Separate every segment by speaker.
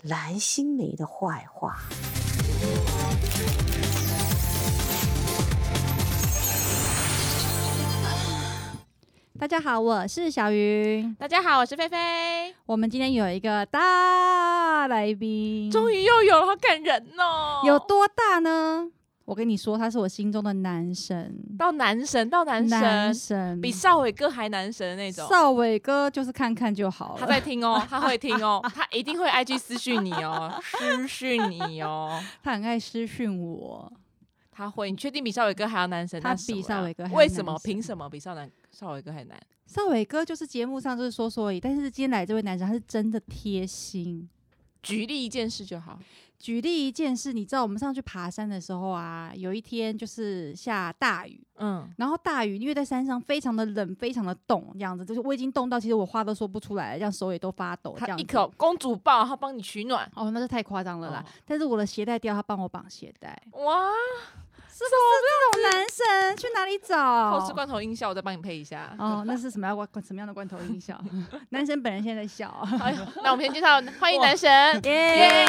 Speaker 1: 蓝心湄的坏话。
Speaker 2: 大家好，我是小鱼。
Speaker 3: 大家好，我是菲菲，
Speaker 2: 我们今天有一个大来宾，
Speaker 3: 终于又有了，好感人哦！
Speaker 2: 有多大呢？我跟你说，他是我心中的男神，
Speaker 3: 到男神，到男神，
Speaker 2: 神
Speaker 3: 比少伟哥还男神的那种。
Speaker 2: 少伟哥就是看看就好
Speaker 3: 他
Speaker 2: 了。
Speaker 3: 在 听哦，他会听哦，他一定会 IG 私讯你哦，私讯你哦，
Speaker 2: 他很爱私讯我，
Speaker 3: 他会。你确定比少伟哥还要男神？
Speaker 2: 他
Speaker 3: 那是什么
Speaker 2: 比
Speaker 3: 呀
Speaker 2: 少伟哥还
Speaker 3: 为什么？
Speaker 2: 男神
Speaker 3: 凭什么比少男少伟哥还难？
Speaker 2: 少伟哥就是节目上就是说说而已，但是今天来这位男神，他是真的贴心。
Speaker 3: 举例一件事就好。
Speaker 2: 举例一件事，你知道我们上去爬山的时候啊，有一天就是下大雨，
Speaker 3: 嗯，
Speaker 2: 然后大雨，因为在山上非常的冷，非常的冻，这样子，就是我已经冻到，其实我话都说不出来了，这样手也都发抖，这
Speaker 3: 他
Speaker 2: 样
Speaker 3: 一
Speaker 2: 子。
Speaker 3: 口公主抱，他帮你取暖。
Speaker 2: 哦，那是太夸张了啦！
Speaker 3: 哦
Speaker 2: 但是我的鞋带掉，他帮我绑鞋带，
Speaker 3: 哇，
Speaker 2: 是不是这种男生去哪里找？
Speaker 3: 好吃罐头音效，我再帮你配一下。
Speaker 2: 哦，那是什么样罐什么样的罐头音效？ 男生本人现在在笑，
Speaker 3: 哎呦，那我们先介绍，欢迎男神。
Speaker 2: 耶！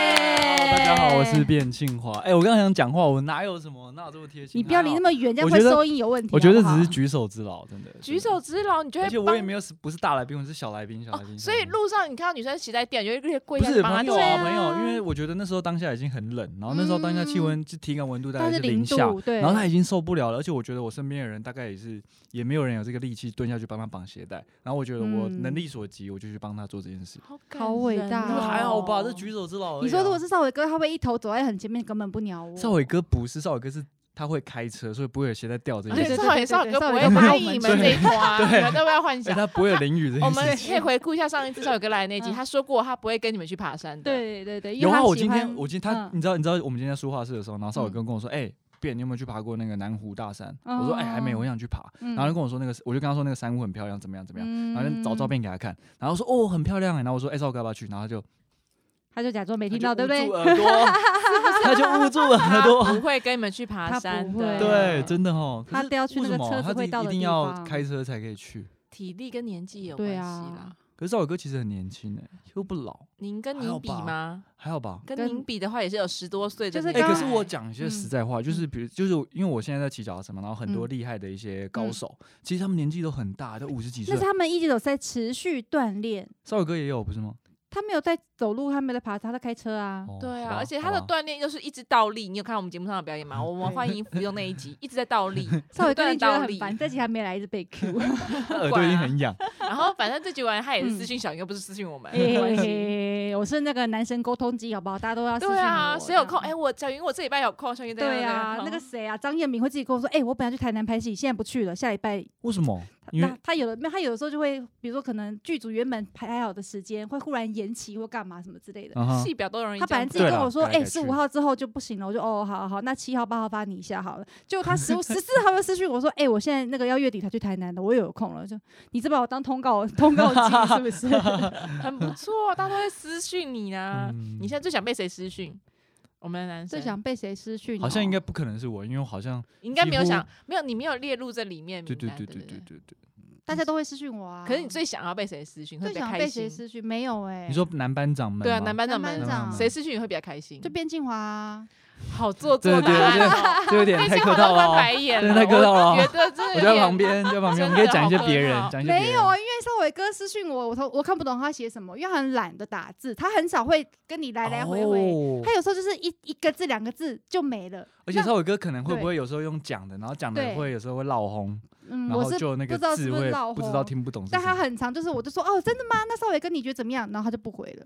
Speaker 4: 大家好，我是卞庆华。哎、我刚刚想讲话，我哪有什么，哪有这么贴心？
Speaker 2: 你不要离那么远，这样
Speaker 4: 我
Speaker 2: 会
Speaker 4: 觉得
Speaker 2: 收音有问题。
Speaker 4: 我觉得
Speaker 2: 好不好
Speaker 4: 只是举手之劳，真的。
Speaker 3: 举手之劳，你就会
Speaker 4: 真的，而且我
Speaker 3: 帮
Speaker 4: 也没有是不是大来宾，我是小来宾，小来
Speaker 3: 哦
Speaker 4: 宾。，
Speaker 3: 所以
Speaker 4: 小来宾
Speaker 3: 路上你看到女生鞋带掉，你就会跪
Speaker 4: 不
Speaker 3: 下
Speaker 4: 是
Speaker 3: 去帮她
Speaker 4: 朋友
Speaker 3: 捡。
Speaker 2: 对
Speaker 4: 啊
Speaker 2: 啊
Speaker 4: 朋友，因为我觉得那时候当下已经很冷，然后那时候当下气温就体感温度大
Speaker 2: 嗯但
Speaker 4: 概
Speaker 2: 是零
Speaker 4: 零下，
Speaker 2: 度对
Speaker 4: 然后他已经受不了了，而且我觉得我身边的人大概也是也没有人有这个力气蹲下去帮他绑鞋带，然后我觉得我
Speaker 2: 嗯
Speaker 4: 能力所及，我就去帮他做这件事。
Speaker 3: 好
Speaker 2: 好
Speaker 3: 感
Speaker 2: 伟
Speaker 3: 人
Speaker 2: 大
Speaker 4: 这
Speaker 2: 哦
Speaker 4: 个还好吧，
Speaker 3: 哦
Speaker 4: 这举手之劳而已啊。
Speaker 2: 你说如果是少伟哥，他会一头走在很前面，根本不鸟我。
Speaker 4: 少伟哥不是少伟哥是他会开车，所以不会有鞋带掉这
Speaker 3: 而
Speaker 4: 件
Speaker 3: 且
Speaker 4: 事。
Speaker 3: 少爷少
Speaker 2: 哦对对对
Speaker 3: 哥不
Speaker 2: 少
Speaker 3: 会
Speaker 2: 爷
Speaker 3: 答
Speaker 2: 帮
Speaker 3: 应
Speaker 2: 我
Speaker 3: 你
Speaker 2: 们
Speaker 3: 们这一坨啊，
Speaker 4: 对
Speaker 3: 你们都不要幻
Speaker 4: 哎
Speaker 3: 想。
Speaker 4: 他不会有淋雨这
Speaker 3: 我
Speaker 4: 件
Speaker 3: 们
Speaker 4: 事。
Speaker 3: 可以回顾一下上一次少爷哥来的那集，他说过他不会跟你们去爬山的。，
Speaker 2: 嗯对对对，因
Speaker 4: 有
Speaker 2: 为
Speaker 4: 啊，
Speaker 2: 他
Speaker 4: 我
Speaker 2: 喜
Speaker 4: 今天
Speaker 2: 欢
Speaker 4: 我今天他
Speaker 2: 嗯，
Speaker 4: 你知道你知道我们今天在书画室的时候，然后少伟
Speaker 2: 嗯
Speaker 4: 哥跟我说，哎。变，你有没有去爬过那个南湖大山？
Speaker 2: 哦
Speaker 4: 我说哎、还没，我想去爬。
Speaker 2: 嗯
Speaker 4: 然后他跟我说那个，我就跟他说那个山湖很漂亮，怎么样怎么样。
Speaker 2: 嗯
Speaker 4: 然后就找照，片给他看，然后说哦很漂亮哎、然后我说哎、少哥要不要去？然后他就
Speaker 2: 他就假装没
Speaker 4: 没
Speaker 2: 听到，对不对？
Speaker 4: 耳朵，他就捂住了
Speaker 3: 他
Speaker 4: 耳朵。
Speaker 3: 不会跟你们去爬山
Speaker 2: 他不会
Speaker 3: 的。
Speaker 4: 对，真的哦。可
Speaker 2: 啊他
Speaker 4: 是
Speaker 2: 掉去
Speaker 4: 为
Speaker 2: 那个
Speaker 4: 什么
Speaker 2: 车子
Speaker 4: 他
Speaker 2: 会
Speaker 4: 一
Speaker 2: 到的
Speaker 4: 一定
Speaker 2: 地
Speaker 4: 要
Speaker 2: 方
Speaker 4: 开车才可以去。
Speaker 3: 体力跟年纪有关
Speaker 2: 对
Speaker 3: 系
Speaker 2: 啊
Speaker 3: 啦。
Speaker 4: 可是少伟哥其实很年轻哎、又不老，
Speaker 3: 您跟
Speaker 4: 还好
Speaker 3: 您比
Speaker 4: 吧
Speaker 3: 吗？
Speaker 4: 还好吧？
Speaker 3: 跟
Speaker 2: 跟
Speaker 3: 您比的话，也是有十多岁
Speaker 2: 就
Speaker 3: 的
Speaker 2: 是
Speaker 3: 那
Speaker 4: 哎、
Speaker 3: 个。
Speaker 2: 刚
Speaker 4: 可是我
Speaker 2: 才
Speaker 4: 讲一些
Speaker 2: 嗯
Speaker 4: 实在话，就是比如，就是因为我现在在骑脚踏车嘛，然后很多
Speaker 2: 嗯
Speaker 4: 厉害的一些高手，其实他们年纪都很大，都五十几
Speaker 2: 那
Speaker 4: 岁
Speaker 2: 是。他们一直有在持续锻炼，
Speaker 4: 少伟哥也有不是吗？
Speaker 2: 他没有在走路，他没有在爬山，他在开车啊。
Speaker 4: 哦
Speaker 3: 对
Speaker 4: 好
Speaker 3: 啊，
Speaker 4: 吧
Speaker 3: 而且
Speaker 4: 好
Speaker 3: 他的
Speaker 4: 吧
Speaker 3: 锻炼又是一直倒立。你有看我们节目上的表演吗？我们
Speaker 2: 对
Speaker 3: 欢迎服用那一集，一直在倒 立，
Speaker 2: 少伟
Speaker 3: 不断
Speaker 2: 哥
Speaker 3: 地
Speaker 2: 你觉得
Speaker 3: 倒
Speaker 2: 很
Speaker 3: 立
Speaker 2: 烦，这集还没来，一直被 Q。
Speaker 4: 他 耳朵已经很痒，
Speaker 3: 然后反正这局完他也是私
Speaker 2: 嗯
Speaker 3: 讯小云，又不是私讯我们，没 关系。
Speaker 2: 嘿哎我是那个男生沟通机，好不好？大家都要私
Speaker 3: 对
Speaker 2: 讯
Speaker 3: 啊，
Speaker 2: 我
Speaker 3: 谁有
Speaker 2: 这
Speaker 3: 空？
Speaker 2: 样
Speaker 3: 哎，我小云，我这礼拜有空，小云在
Speaker 2: 对啊，那个谁啊，张彦明会自己跟我说，哎、我本来去台南拍戏，现在不去了，下礼拜。
Speaker 4: 为什么？因
Speaker 2: 那
Speaker 4: 为
Speaker 2: 他有的，那他有的时候就会，比如说可能剧组原本排好的时间会忽然延期或干嘛什么之类的。
Speaker 4: 啊哈
Speaker 3: 戏表都容易
Speaker 2: 他
Speaker 3: 这
Speaker 2: 本来
Speaker 3: 样
Speaker 2: 自
Speaker 3: 子。
Speaker 2: 己
Speaker 4: 对
Speaker 2: 跟
Speaker 4: 啦
Speaker 2: 我说，
Speaker 4: 改来
Speaker 2: 哎、
Speaker 4: 改
Speaker 2: 十
Speaker 4: 去
Speaker 2: 五号之后就不行了，我就哦，好好好，那七号、八号发你一下好了。结果他十 五、十四号又私讯我说，哎、我现在那个要月底才去台南的，我有空了，就你这把我当通告通告 机是不是？
Speaker 3: 很不错，大家都会私讯你啊。
Speaker 4: 嗯
Speaker 3: 你现在最想被谁私讯？我们的男生
Speaker 2: 最想被谁失去？
Speaker 4: 好
Speaker 3: 哦
Speaker 4: 像应该不可能是我，因为我好像
Speaker 3: 你应该没有想
Speaker 4: 几，
Speaker 3: 没有你没有列入这里面名
Speaker 4: 对对
Speaker 3: 单，
Speaker 4: 对
Speaker 3: 嗯对
Speaker 4: 对对
Speaker 3: 不
Speaker 4: 对对。
Speaker 2: 大家都会失去我啊。
Speaker 3: 可是你最想要被谁私讯？会
Speaker 2: 最
Speaker 3: 比较
Speaker 2: 想
Speaker 3: 开
Speaker 2: 被谁
Speaker 3: 心。
Speaker 2: 失去？没有哎、
Speaker 4: 你说男班长们
Speaker 3: 对啊，
Speaker 4: 吗
Speaker 3: 男班长们
Speaker 2: 男
Speaker 4: 班长
Speaker 3: 谁私讯你会比较开心？
Speaker 2: 就卞庆华、啊，
Speaker 3: 好做
Speaker 4: 对
Speaker 3: 作哎
Speaker 4: 对
Speaker 3: 答案哦。
Speaker 4: 这有 点
Speaker 3: 那
Speaker 4: 太
Speaker 3: 些
Speaker 4: 客
Speaker 3: 话
Speaker 4: 套
Speaker 3: 都
Speaker 4: 了
Speaker 3: 翻
Speaker 4: 哦，
Speaker 3: 白眼
Speaker 4: 真
Speaker 3: 了，
Speaker 4: 的太客套了
Speaker 3: 我觉
Speaker 4: 哦。
Speaker 3: 得真的
Speaker 4: 我
Speaker 3: 有
Speaker 4: 在
Speaker 3: 点
Speaker 4: 旁边，在旁边，我们可以讲一些别人，讲一些别
Speaker 2: 没
Speaker 4: 人
Speaker 2: 有啊，因为少伟哥私讯我，我都我看不懂他写什么，因为他很懒得打字，他很少会跟啊你来来回回，
Speaker 4: 哦
Speaker 2: 他有时候就是一一个字两个字就没了。
Speaker 4: 而且
Speaker 2: 那
Speaker 4: 少伟哥可能会不
Speaker 2: 对
Speaker 4: 会有时候用讲的，然后讲的
Speaker 2: 对
Speaker 4: 会有时候会闹红，
Speaker 2: 嗯，
Speaker 4: 然
Speaker 2: 我
Speaker 4: 后
Speaker 2: 是，
Speaker 4: 就那
Speaker 2: 不
Speaker 4: 个
Speaker 2: 知道是
Speaker 4: 字
Speaker 2: 不是
Speaker 4: 会
Speaker 2: 老
Speaker 4: 不知
Speaker 2: 红
Speaker 4: 道听不懂是什
Speaker 2: 但他
Speaker 4: 么。
Speaker 2: 很长，就是我就说哦，真的吗？那少伟哥你觉得怎么样？然后他就不回了，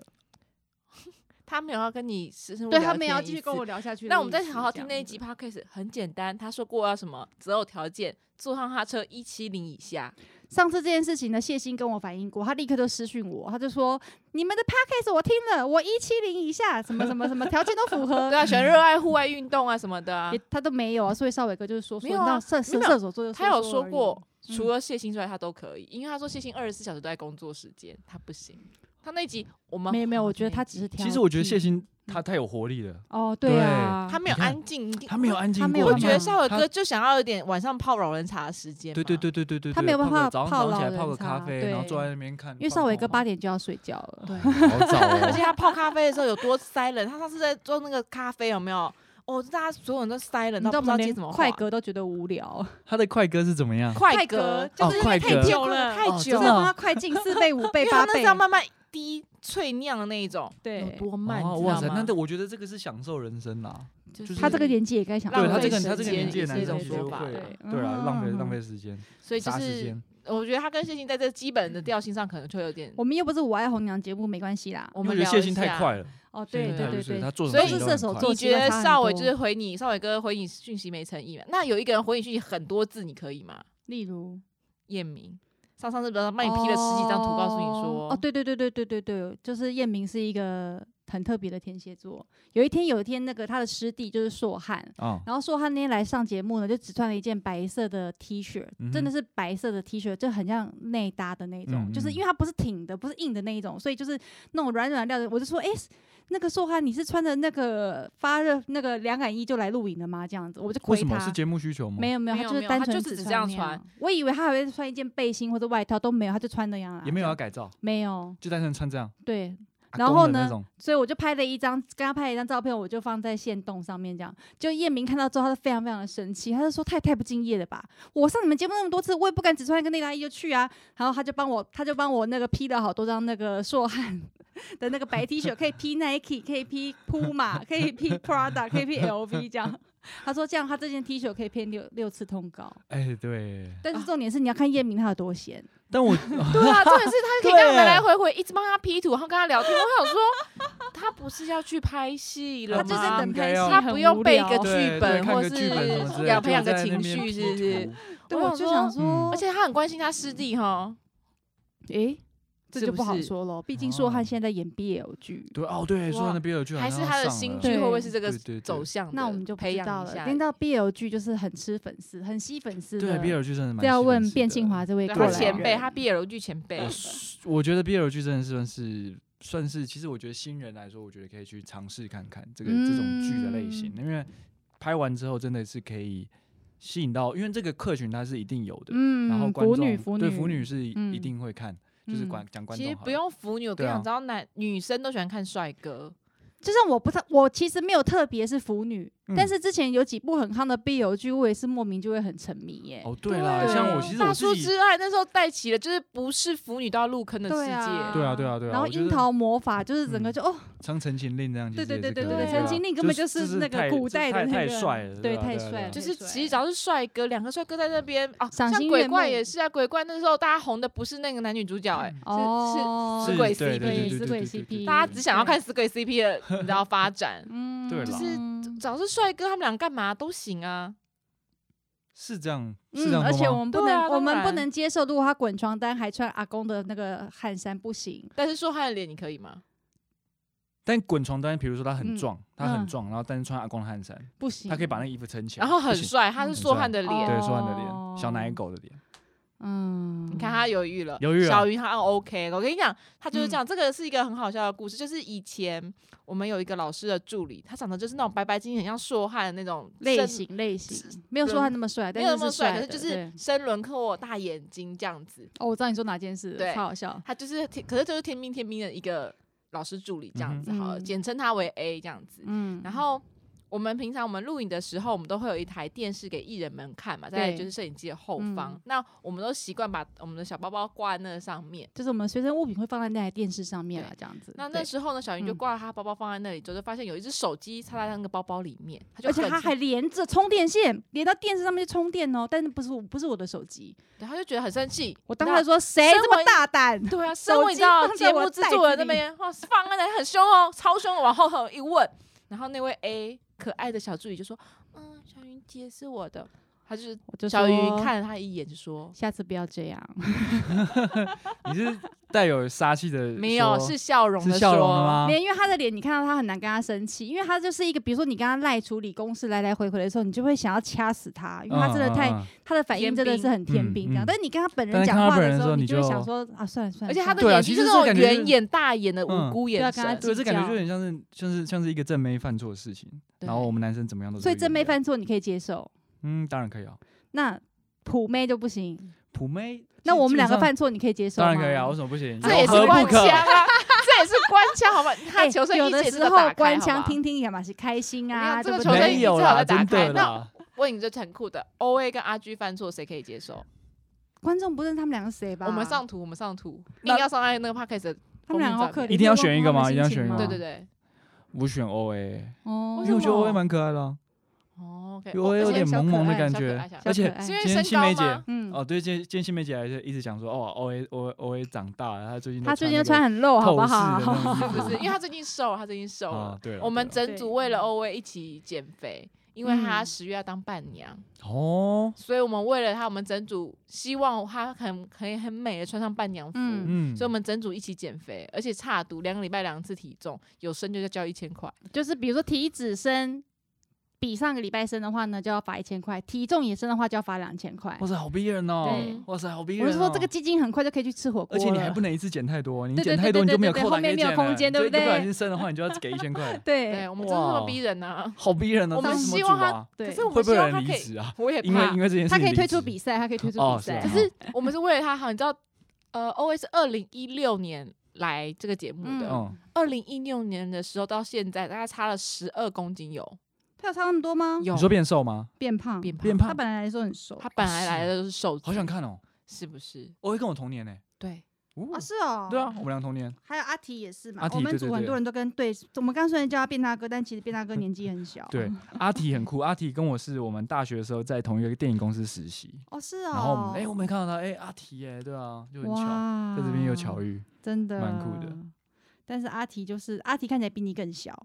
Speaker 3: 他没有要跟你私
Speaker 2: 对他没有要继续跟我聊下去的意思。
Speaker 3: 那我们再好好听那一集
Speaker 2: 吧。
Speaker 3: podcast，很简单，他说过要什么择偶条件，坐上他车一七零以下，
Speaker 2: 上次这件事情呢，谢欣跟我反映过，他立刻就私讯我，他就说你们的 podcast 我听了，我一七零以下，什么什么什么条件都符合
Speaker 3: 对，啊，喜欢热爱户外运动啊什么的啊
Speaker 2: 呃也。他都没有啊。所以邵伟哥就是说说，
Speaker 3: 没有
Speaker 2: 你知
Speaker 3: 啊
Speaker 2: 道射射
Speaker 3: 没有
Speaker 2: 射手座就
Speaker 3: 他有
Speaker 2: 说
Speaker 3: 说
Speaker 2: 而已
Speaker 3: 过，，
Speaker 2: 嗯
Speaker 3: 除了谢欣之外，他都可以，因为他说谢欣二十四小时都在工作时间，他不行。他那集我们
Speaker 2: 没有没有，我觉得
Speaker 3: 那
Speaker 2: 他
Speaker 3: 一
Speaker 2: 只
Speaker 3: 集
Speaker 2: 是挑剔。
Speaker 4: 其实我觉得谢欣她太有活力了，
Speaker 2: 哦，对啊，
Speaker 3: 他没有
Speaker 4: 你看
Speaker 3: 安静，一定
Speaker 4: 她没有安静
Speaker 2: 她没有
Speaker 4: 过。
Speaker 3: 我觉得
Speaker 2: 像
Speaker 3: 少尔
Speaker 4: 他
Speaker 3: 哥就想要有点晚上泡老人茶的时间嘛。
Speaker 4: 对对对对对对，
Speaker 2: 他没有
Speaker 4: 对
Speaker 2: 办法
Speaker 4: 泡
Speaker 2: 泡
Speaker 4: 个早上早上起
Speaker 2: 老
Speaker 4: 来泡个
Speaker 2: 人
Speaker 4: 咖
Speaker 2: 茶
Speaker 4: 啡，
Speaker 2: 对
Speaker 4: 然后坐在那边看。
Speaker 2: 因为邵伟哥八点就要睡觉了，
Speaker 4: 对，好早
Speaker 3: 而且
Speaker 4: 哦。
Speaker 3: 他泡咖啡的时候有多 silent，他上次在做那个咖啡有没有？哦，大家所有人都 silent，
Speaker 2: 你知
Speaker 3: 到
Speaker 2: 道
Speaker 3: 不
Speaker 2: 我们
Speaker 3: 知道接
Speaker 2: 连
Speaker 3: 什么话
Speaker 2: 快歌都觉得无聊，
Speaker 4: 他的快歌是怎么样？
Speaker 3: 快歌，
Speaker 2: 就
Speaker 4: 哦
Speaker 2: 是
Speaker 4: 快
Speaker 3: 啊
Speaker 2: 太
Speaker 4: 歌
Speaker 2: 久了，
Speaker 3: 太
Speaker 4: 哦
Speaker 3: 久
Speaker 4: 真
Speaker 2: 就是
Speaker 4: 的
Speaker 3: 了，
Speaker 4: 哦
Speaker 2: 让它 快进四倍、五倍
Speaker 3: 因、为他
Speaker 2: 八
Speaker 3: 那是
Speaker 2: 倍。
Speaker 3: 要慢慢滴脆酿的那一种，
Speaker 2: 对
Speaker 3: 有多慢？
Speaker 4: 哦
Speaker 3: 你知
Speaker 4: 哇
Speaker 3: 道
Speaker 4: 塞，
Speaker 3: 吗
Speaker 4: 那这我觉得这个是享受人生啦。
Speaker 3: 就是
Speaker 2: 他这个年纪也该想，
Speaker 4: 对
Speaker 3: 浪
Speaker 4: 他这
Speaker 3: 费
Speaker 4: 个
Speaker 3: 时
Speaker 4: 他这个
Speaker 3: 间
Speaker 4: 年纪
Speaker 3: 也是
Speaker 4: 的男
Speaker 3: 一
Speaker 4: 生
Speaker 3: 种
Speaker 4: 其实
Speaker 3: 说
Speaker 4: 会
Speaker 3: 法
Speaker 4: 啊
Speaker 2: 对
Speaker 4: 对啊，浪费
Speaker 2: 嗯
Speaker 4: 浪费时间，
Speaker 3: 所以就
Speaker 4: 啥时
Speaker 3: 是
Speaker 4: 间？
Speaker 3: 我觉得他跟谢欣在这基本的调性上可能就有点，
Speaker 2: 我们又不是我爱红娘节目，没关系啦。
Speaker 3: 我
Speaker 4: 因为
Speaker 3: 们
Speaker 4: 我觉得
Speaker 3: 聊
Speaker 4: 谢
Speaker 3: 一
Speaker 4: 欣太
Speaker 3: 下。
Speaker 4: 快了，
Speaker 2: 哦，
Speaker 4: 谢
Speaker 2: 对
Speaker 4: 欣太
Speaker 2: 对
Speaker 4: 快
Speaker 2: 对
Speaker 4: 就是
Speaker 2: 对
Speaker 4: 他，做
Speaker 3: 所
Speaker 4: 什
Speaker 3: 以
Speaker 4: 么事
Speaker 2: 是
Speaker 4: 情都
Speaker 2: 射
Speaker 4: 很
Speaker 2: 手
Speaker 4: 快
Speaker 2: 座
Speaker 3: 你
Speaker 2: 习
Speaker 3: 觉
Speaker 2: 惯
Speaker 3: 得
Speaker 2: 差很
Speaker 3: 少伟
Speaker 2: 多
Speaker 3: 就是回你，少伟哥回你讯息没诚意嘛？那有一个人回你讯息很多字，你可以吗？
Speaker 2: 例如
Speaker 3: 验明上上次不是帮你 P 了十几张图，告诉你
Speaker 2: 哦
Speaker 3: 说，
Speaker 2: 哦，对对对对对对对，就是燕明是一个很特别的天蝎座。有一天，有一天那个他的师弟就是硕汉，
Speaker 4: 啊，
Speaker 2: 然后硕汉那天来上节目呢，就只穿了一件白色的 T 恤，
Speaker 4: 嗯哼
Speaker 2: 真的是白色的 T 恤，就很像内搭的那种，
Speaker 4: 嗯
Speaker 2: 就是
Speaker 4: 嗯
Speaker 2: 因为它不是挺的，不是硬的那一种，所以就是那种软软料的。我就说，哎、那个硕汉，你是穿着那个发热那个凉感衣就来露营的吗？这样子，我就
Speaker 4: 为
Speaker 2: 回
Speaker 4: 什么是
Speaker 2: 他。
Speaker 4: 节目需求吗？
Speaker 2: 没有没有，
Speaker 3: 没
Speaker 2: 他
Speaker 3: 有
Speaker 2: 就
Speaker 3: 没有
Speaker 2: 单
Speaker 3: 他
Speaker 2: 纯
Speaker 3: 就只
Speaker 2: 穿
Speaker 3: 这样
Speaker 2: 那
Speaker 3: 穿。
Speaker 2: 我以为他还会穿一件背心或者外套，都没有，他就穿那样啊。
Speaker 4: 也没有
Speaker 2: 这
Speaker 4: 要
Speaker 2: 样
Speaker 4: 改造，
Speaker 2: 没有，
Speaker 4: 就单纯穿这样。
Speaker 2: 对，
Speaker 4: 阿
Speaker 2: 然
Speaker 4: 公
Speaker 2: 后
Speaker 4: 的那
Speaker 2: 呢
Speaker 4: 种
Speaker 2: 所以我就拍了一张，跟他拍了一张照片，我就放在线动上面，这样。就叶明看到之后，他就非常非常的生气，他就说：“太太不敬业了吧！我上你们节目那么多次，我也不敢只穿一个内搭衣就去啊。”然后他就帮我，他就帮我那个 P 了好多张那个硕汉的那个白 T 恤，可以 P Nike，可以 P Puma，可以 P Prada，可以 P LV 这样。他说这样他这件 T 恤可以骗六六次通告，
Speaker 4: 哎，对，
Speaker 2: 但是重点是你要看叶明他有多闲。
Speaker 4: 但我
Speaker 3: 对啊，重点是他可以跟我们
Speaker 4: 对
Speaker 3: 来回回一直帮他 P 图，然后跟他聊天。我想说，他不是要去拍戏
Speaker 2: 他
Speaker 3: 了吗？
Speaker 2: 就是等拍戏，
Speaker 3: 他不用背一个
Speaker 2: 很无聊
Speaker 3: 剧
Speaker 4: 对对
Speaker 3: 本
Speaker 4: 看
Speaker 3: 或
Speaker 4: 个剧本什么之
Speaker 3: 是
Speaker 4: 类
Speaker 3: 要
Speaker 4: 就
Speaker 3: 培养个
Speaker 4: 在那
Speaker 3: 情
Speaker 4: 边
Speaker 3: 绪，是不
Speaker 4: P
Speaker 3: 是
Speaker 4: 图？
Speaker 2: 对，
Speaker 3: 我
Speaker 2: 我就
Speaker 3: 想说
Speaker 2: 想说，
Speaker 4: 嗯
Speaker 3: 而且他很关心他师弟哈，
Speaker 2: 诶、这
Speaker 3: 是
Speaker 2: 就
Speaker 3: 不
Speaker 2: 不好
Speaker 3: 是
Speaker 2: 说了。毕竟硕
Speaker 4: 哦
Speaker 2: 汉现在演 BL 剧，
Speaker 4: 对哦，对，说
Speaker 3: 哇
Speaker 4: 那 BL 剧好
Speaker 3: 还是
Speaker 4: 像要
Speaker 3: 他的
Speaker 4: 上
Speaker 3: 新
Speaker 4: 了
Speaker 3: 剧会不会
Speaker 2: 对
Speaker 3: 是这个
Speaker 4: 对对对
Speaker 3: 走向的？
Speaker 2: 那我们就不
Speaker 3: 培
Speaker 2: 知
Speaker 3: 养
Speaker 2: 道
Speaker 3: 一
Speaker 2: 了。
Speaker 3: 下。
Speaker 2: 听到 BL 剧就是很吃粉丝，很吸粉丝
Speaker 4: 对
Speaker 2: 的。
Speaker 4: BL 剧真的蛮
Speaker 2: 这要
Speaker 4: 吸
Speaker 2: 啊问
Speaker 4: 粉丝
Speaker 2: 卞
Speaker 4: 的
Speaker 2: 庆华这位
Speaker 3: 对
Speaker 2: 过
Speaker 3: 他
Speaker 2: 来
Speaker 4: 是
Speaker 3: 前辈，
Speaker 2: 人
Speaker 3: 他 BL 剧前辈
Speaker 4: 我，是我觉得 BL 剧真的是算是算是，其实我觉得新人来说，我觉得可以去尝试看看这个、这种剧的类型，因为拍完之后真的是可以吸引到，因为这个客群它是一定有的，
Speaker 2: 嗯，
Speaker 4: 然后观
Speaker 2: 腐
Speaker 4: 众
Speaker 2: 女腐女
Speaker 4: 对腐女是一
Speaker 2: 嗯
Speaker 4: 定会看，就是
Speaker 2: 嗯
Speaker 4: 观讲观众
Speaker 3: 其实
Speaker 4: 好
Speaker 3: 不
Speaker 4: 了，
Speaker 3: 用腐女，我跟你
Speaker 4: 对啊
Speaker 3: 讲，只要男女生都喜欢看帅哥，
Speaker 2: 就像我不太，我其实没有特别是腐女，但
Speaker 4: 嗯
Speaker 2: 是之前有几部很夯的 BL 剧，我也是莫名就会很沉迷耶。
Speaker 4: 哦对啦，
Speaker 2: 对
Speaker 4: 像
Speaker 2: 啊
Speaker 4: 我其实
Speaker 3: 大
Speaker 4: 我自
Speaker 3: 叔
Speaker 4: 己
Speaker 3: 之爱那时候带起了，就是不是腐女都要入坑的世
Speaker 2: 对啊，
Speaker 3: 界。
Speaker 4: 对啊对啊对啊
Speaker 2: 然后
Speaker 4: 我觉得
Speaker 2: 樱桃魔法就是整个
Speaker 4: 嗯
Speaker 2: 就哦，
Speaker 4: 像《陈情令》这样，其
Speaker 2: 对
Speaker 4: 实
Speaker 2: 对
Speaker 4: 也
Speaker 2: 对
Speaker 4: 是
Speaker 2: 对
Speaker 4: 可
Speaker 3: 对
Speaker 4: 以
Speaker 3: 对
Speaker 4: 的
Speaker 3: 陈
Speaker 4: 啊
Speaker 2: 情令根
Speaker 4: 就
Speaker 2: 本就是是那个
Speaker 4: 太
Speaker 2: 古
Speaker 4: 这
Speaker 2: 代的
Speaker 4: 太
Speaker 2: 那
Speaker 4: 太
Speaker 2: 个
Speaker 4: 帅了，
Speaker 2: 对
Speaker 4: 啊
Speaker 2: 太
Speaker 4: 啊对啊
Speaker 2: 帅了
Speaker 3: 就是
Speaker 2: 对
Speaker 3: 其实只要是帅哥，两个帅哥在那边啊，
Speaker 2: 欸赏
Speaker 3: 像
Speaker 2: 心
Speaker 3: 鬼
Speaker 2: 悦
Speaker 3: 怪
Speaker 2: 目
Speaker 3: 也是啊，鬼怪那时候大家红的不是那个男女主角，哎，
Speaker 4: 嗯
Speaker 3: 是
Speaker 2: 哦，
Speaker 3: 是鬼 CP
Speaker 4: 对对对对
Speaker 2: 死
Speaker 4: 对
Speaker 2: 鬼
Speaker 4: 对
Speaker 2: CP，
Speaker 4: 对
Speaker 3: 是大家只想要看死鬼 CP 的，你知道发展
Speaker 2: 嗯，
Speaker 4: 对
Speaker 3: 啦
Speaker 2: 是
Speaker 3: 只要是帅哥，他们俩干嘛都行啊。
Speaker 4: 是这样，是这
Speaker 2: 嗯，
Speaker 4: 样
Speaker 2: 而
Speaker 4: 说
Speaker 2: 且
Speaker 4: 吗
Speaker 2: 我们不
Speaker 3: 对
Speaker 2: 能，
Speaker 3: 啊
Speaker 2: 我
Speaker 3: 当
Speaker 2: 们不
Speaker 3: 然
Speaker 2: 能接受，如果他滚床单还穿阿公的那个汗衫不行。
Speaker 3: 但是说他的脸，你可以吗？
Speaker 4: 但滚床单，比如说他
Speaker 2: 嗯
Speaker 4: 很壮，他很
Speaker 2: 嗯
Speaker 4: 壮，然后但是穿阿公的汗衫，
Speaker 2: 不行，
Speaker 4: 他可以把那衣服撑起来，
Speaker 3: 然后
Speaker 4: 不
Speaker 3: 很
Speaker 4: 行
Speaker 3: 帅，
Speaker 2: 嗯
Speaker 3: 他是
Speaker 4: 很
Speaker 3: 说
Speaker 4: 帅
Speaker 3: 汉的
Speaker 2: 哦
Speaker 3: 脸，
Speaker 4: 对，说你的脸，小奶狗的脸，
Speaker 2: 嗯，
Speaker 3: 你看他犹豫了，
Speaker 4: 犹豫了嗯
Speaker 3: 小云他 OK，我跟你讲，他就是这样。这个是一个很好笑的故事，就是以前我们有一个老师的助理，他长得就是那种白白净净，很像硕汉的那种
Speaker 2: 类
Speaker 3: 身，
Speaker 2: 型类型，没有说他那么帅，
Speaker 3: 没
Speaker 2: 但
Speaker 3: 有那
Speaker 2: 是
Speaker 3: 么
Speaker 2: 是
Speaker 3: 帅，可
Speaker 2: 的
Speaker 3: 是就
Speaker 2: 对
Speaker 3: 是深轮廓、大眼睛这样子。
Speaker 2: 哦，我知道你说哪件事了，
Speaker 3: 对
Speaker 2: 超好笑。
Speaker 3: 他就是天，可是就是天兵天兵的一个老师助理这样子，好了，
Speaker 2: 嗯
Speaker 3: 简称他为 A 这样子。
Speaker 2: 嗯，
Speaker 3: 然后我们平常我们录影的时候，我们都会有一台电视给艺人们看嘛，在
Speaker 2: 对
Speaker 3: 就是摄影机的后方。
Speaker 2: 嗯
Speaker 3: 那我们都习惯把我们的小包包挂在那上面。
Speaker 2: 就是我们随身物品会放在那台电视上面啊，这样子。
Speaker 3: 那
Speaker 2: 对
Speaker 3: 那时候呢，小云就
Speaker 2: 嗯
Speaker 3: 挂了她包包放在那里之后，就发现有一只手机插在她那个包包里面，她就
Speaker 2: 而且
Speaker 3: 很
Speaker 2: 它还
Speaker 3: 生，
Speaker 2: 连着充电线，连到电视上面去充电哦，但是不是我不是我的手机。
Speaker 3: 对，她就觉得很生气。
Speaker 2: 我当
Speaker 3: 然
Speaker 2: 时说谁
Speaker 3: 身
Speaker 2: 这么
Speaker 3: 为
Speaker 2: 大胆？
Speaker 3: 对啊，身
Speaker 2: 手
Speaker 3: 为你
Speaker 2: 机
Speaker 3: 知道
Speaker 2: 放在
Speaker 3: 节
Speaker 2: 我
Speaker 3: 目制
Speaker 2: 袋
Speaker 3: 作人
Speaker 2: 子
Speaker 3: 那
Speaker 2: 里
Speaker 3: 边，哇，放在那里很凶哦，超凶的，往后头一问，然后那位 A 可爱的小助理就说：“嗯，小云姐是我的。”他就是
Speaker 2: 我就
Speaker 3: 小鱼
Speaker 2: 说
Speaker 3: 看了他一眼就说
Speaker 2: 下次不要这样。
Speaker 4: 你是带有杀气的说，
Speaker 3: 没有，是笑容的
Speaker 4: 是笑容的
Speaker 3: 说
Speaker 4: 吗？
Speaker 2: 没有，因为他的脸，你看到他很难跟他生气，因为他就是一个，比如说你跟他赖处理公事来来回回的时候，你就会想要掐死他，因为他真的太、
Speaker 4: 嗯，嗯嗯
Speaker 2: 他的反应真的是很天兵这样。
Speaker 4: 嗯嗯
Speaker 2: 但是你跟他本
Speaker 4: 但
Speaker 2: 人
Speaker 4: 是
Speaker 2: 讲
Speaker 4: 看他
Speaker 2: 话
Speaker 4: 本
Speaker 2: 的
Speaker 4: 人
Speaker 2: 时
Speaker 4: 的时
Speaker 2: 候，
Speaker 4: 候
Speaker 2: 你
Speaker 4: 你
Speaker 2: 就会
Speaker 4: 就
Speaker 2: 想说啊，算了算了，
Speaker 3: 而且他的
Speaker 4: 对啊
Speaker 3: 眼
Speaker 4: 其
Speaker 3: 睛
Speaker 4: 实
Speaker 3: 是
Speaker 4: 这
Speaker 3: 那
Speaker 4: 感
Speaker 3: 种
Speaker 4: 觉就是
Speaker 3: 圆眼大眼的无
Speaker 4: 嗯
Speaker 3: 辜
Speaker 2: 不要
Speaker 3: 眼
Speaker 2: 啊跟
Speaker 3: 神
Speaker 2: 他，
Speaker 4: 对，这感觉就
Speaker 2: 计
Speaker 4: 有点像是像是像是一个正妹犯错的事情，
Speaker 3: 对
Speaker 4: 然后我们男生怎么样都是
Speaker 2: 所以
Speaker 4: 会
Speaker 2: 真妹
Speaker 4: 原谅，
Speaker 2: 犯错你可以接受，
Speaker 4: 嗯，当然可以啊，
Speaker 2: 那普妹就不行。
Speaker 4: 普妹，
Speaker 2: 那我们两个
Speaker 4: 基本上
Speaker 2: 犯错你可以接受吗？
Speaker 4: 当然可以啊，为什么不行？
Speaker 3: 这也
Speaker 4: 有
Speaker 3: 是
Speaker 4: 何
Speaker 3: 官
Speaker 4: 不
Speaker 3: 腔
Speaker 4: 可？
Speaker 3: 啊， 这也是官腔，好吧？他
Speaker 2: 哎
Speaker 3: 求生
Speaker 2: 有
Speaker 3: 意
Speaker 2: 的
Speaker 3: 志也是
Speaker 2: 时
Speaker 3: 在
Speaker 2: 候
Speaker 3: 打
Speaker 2: 官
Speaker 3: 开，
Speaker 2: 腔
Speaker 3: 好吧？
Speaker 2: 听听也嘛是开心啊，
Speaker 3: 我跟你讲这
Speaker 2: 对
Speaker 3: 个
Speaker 2: 不
Speaker 3: 求生
Speaker 2: 对
Speaker 3: 意
Speaker 4: 没
Speaker 3: 志
Speaker 4: 有
Speaker 3: 好
Speaker 4: 啦，
Speaker 3: 像打
Speaker 4: 真
Speaker 3: 开
Speaker 4: 的啦，
Speaker 3: 问你这很酷的，O A 跟 R G 犯错谁可以接受？
Speaker 2: 观众不认识他们两个是谁吧？
Speaker 3: 我们上图，我们上图，硬
Speaker 4: 那
Speaker 3: 要上爱那个 podcast 的，
Speaker 2: 他们两个好可怜，
Speaker 4: 一定要选一个吗
Speaker 2: 忘
Speaker 4: 一
Speaker 2: 记
Speaker 4: 定
Speaker 2: 他
Speaker 4: 要
Speaker 2: 们心
Speaker 4: 选一
Speaker 2: 情
Speaker 4: 个
Speaker 2: 吗
Speaker 4: 吗
Speaker 3: 对对对，
Speaker 4: 我选 O A，
Speaker 2: 哦，
Speaker 4: 因为我觉得 O A？蛮可爱的啊，
Speaker 3: 哦，OK，
Speaker 4: 因为 O A 有
Speaker 3: 而且
Speaker 4: 点
Speaker 2: 小
Speaker 4: 萌
Speaker 2: 可
Speaker 4: 萌的
Speaker 2: 爱
Speaker 4: 感
Speaker 3: 小可
Speaker 4: 觉
Speaker 3: 爱小，
Speaker 4: 而且
Speaker 2: 可爱
Speaker 3: 是因
Speaker 4: 今
Speaker 3: 为
Speaker 4: 天
Speaker 3: 身
Speaker 4: 新
Speaker 3: 高
Speaker 4: 梅
Speaker 3: 吗
Speaker 4: 姐？
Speaker 2: 嗯，
Speaker 4: 哦，对，今天今天新梅姐还是一直讲说，哦，O A O A O A 长大了，她最近
Speaker 2: 他最近
Speaker 4: 都
Speaker 2: 都穿很露，好
Speaker 4: 透
Speaker 2: 不
Speaker 4: 视的
Speaker 2: 好？
Speaker 4: 那种衣
Speaker 3: 不
Speaker 4: 服
Speaker 3: 是，因为他最近瘦了，他最近瘦
Speaker 4: 啊
Speaker 3: 了。，
Speaker 4: 对了，
Speaker 3: 我们
Speaker 4: 对了
Speaker 3: 整组为了 O A 一起减肥，因为他
Speaker 2: 嗯
Speaker 3: 十月要当伴娘，
Speaker 4: 哦，
Speaker 3: 所以我们为了他，我们整组希望他很可以很美的穿上伴娘服。
Speaker 2: 嗯
Speaker 4: 嗯，
Speaker 3: 所以我们整组一起减肥，而且差读两个礼拜两次体重，有升就要交一千块。
Speaker 2: 就是比如说体脂升比上个礼拜升的话呢，就要罚一千块；体重也升的话，就要罚两千块
Speaker 4: 哇。塞，好逼人哦
Speaker 2: 对！
Speaker 4: 哇塞，好逼
Speaker 2: 我
Speaker 4: 人！
Speaker 2: 是说，这个，基金很快就可以去吃火锅
Speaker 4: 而
Speaker 2: 了，
Speaker 4: 且你还不能一次减太多，你
Speaker 2: 对
Speaker 4: 减
Speaker 2: 对
Speaker 4: 太
Speaker 2: 对
Speaker 4: 多你
Speaker 2: 对
Speaker 4: 就没有
Speaker 2: 对
Speaker 4: 扣
Speaker 2: 后
Speaker 4: 打可
Speaker 2: 面
Speaker 4: 以
Speaker 2: 没有
Speaker 4: 减
Speaker 2: 空
Speaker 4: 了
Speaker 2: 间
Speaker 4: 所
Speaker 2: 对
Speaker 4: 以
Speaker 2: 不
Speaker 4: 一不小
Speaker 2: 对，
Speaker 4: 心生的话，你就要给一千块
Speaker 2: 对
Speaker 3: 对，我们真的这么
Speaker 4: 哇
Speaker 3: 逼人啊！
Speaker 4: 好逼人哦！
Speaker 3: 我们
Speaker 4: 这是什么
Speaker 3: 希望
Speaker 4: 组啊
Speaker 2: 对
Speaker 3: 可是我们
Speaker 4: 会不会
Speaker 3: 希
Speaker 4: 有
Speaker 3: 望他
Speaker 4: 人离
Speaker 3: 可以，
Speaker 4: 职啊？
Speaker 3: 我也
Speaker 4: 因为
Speaker 3: 怕
Speaker 4: 因。为这件事，
Speaker 2: 他可以退出比，赛，他可以退出
Speaker 4: 哦
Speaker 2: 比赛
Speaker 3: 可
Speaker 4: 是啊。
Speaker 3: 是我们是为了他好，你知道，呃，O A 是二零一六年来这个节目的，
Speaker 4: 嗯，
Speaker 3: 二零一六年的时候到现在，大概差了十二公斤有，
Speaker 2: 他有差那么多吗？
Speaker 3: 有
Speaker 4: 哦你说变瘦吗？
Speaker 2: 变胖，
Speaker 3: 变胖，
Speaker 4: 变
Speaker 2: 他
Speaker 4: 胖，
Speaker 2: 本来来说很瘦
Speaker 3: 他本来来的都是瘦子，
Speaker 4: 好想看哦！
Speaker 3: 是不是？
Speaker 4: 我会跟我同年呢，
Speaker 3: 对，
Speaker 4: 哦
Speaker 2: 啊，是哦，
Speaker 4: 对啊，我们俩同年，
Speaker 2: 还有阿提也是嘛
Speaker 4: 阿，提
Speaker 2: 我们
Speaker 4: 对对
Speaker 2: 组
Speaker 4: 对嗯
Speaker 2: 很多人都跟对，我们刚虽然叫他变大哥，但其实变大哥年纪很小。
Speaker 4: 对，阿提很酷，阿提跟我是我们大学的时候在同一个电影公司实习，
Speaker 2: 哦是哦。
Speaker 4: 然后我们哎，我没看到他，哎，阿提哎，对啊，就很巧，
Speaker 2: 哇
Speaker 4: 在这边又巧，遇，
Speaker 2: 真的
Speaker 4: 蛮酷的。
Speaker 2: 但是阿提就是阿提看起来比你更小，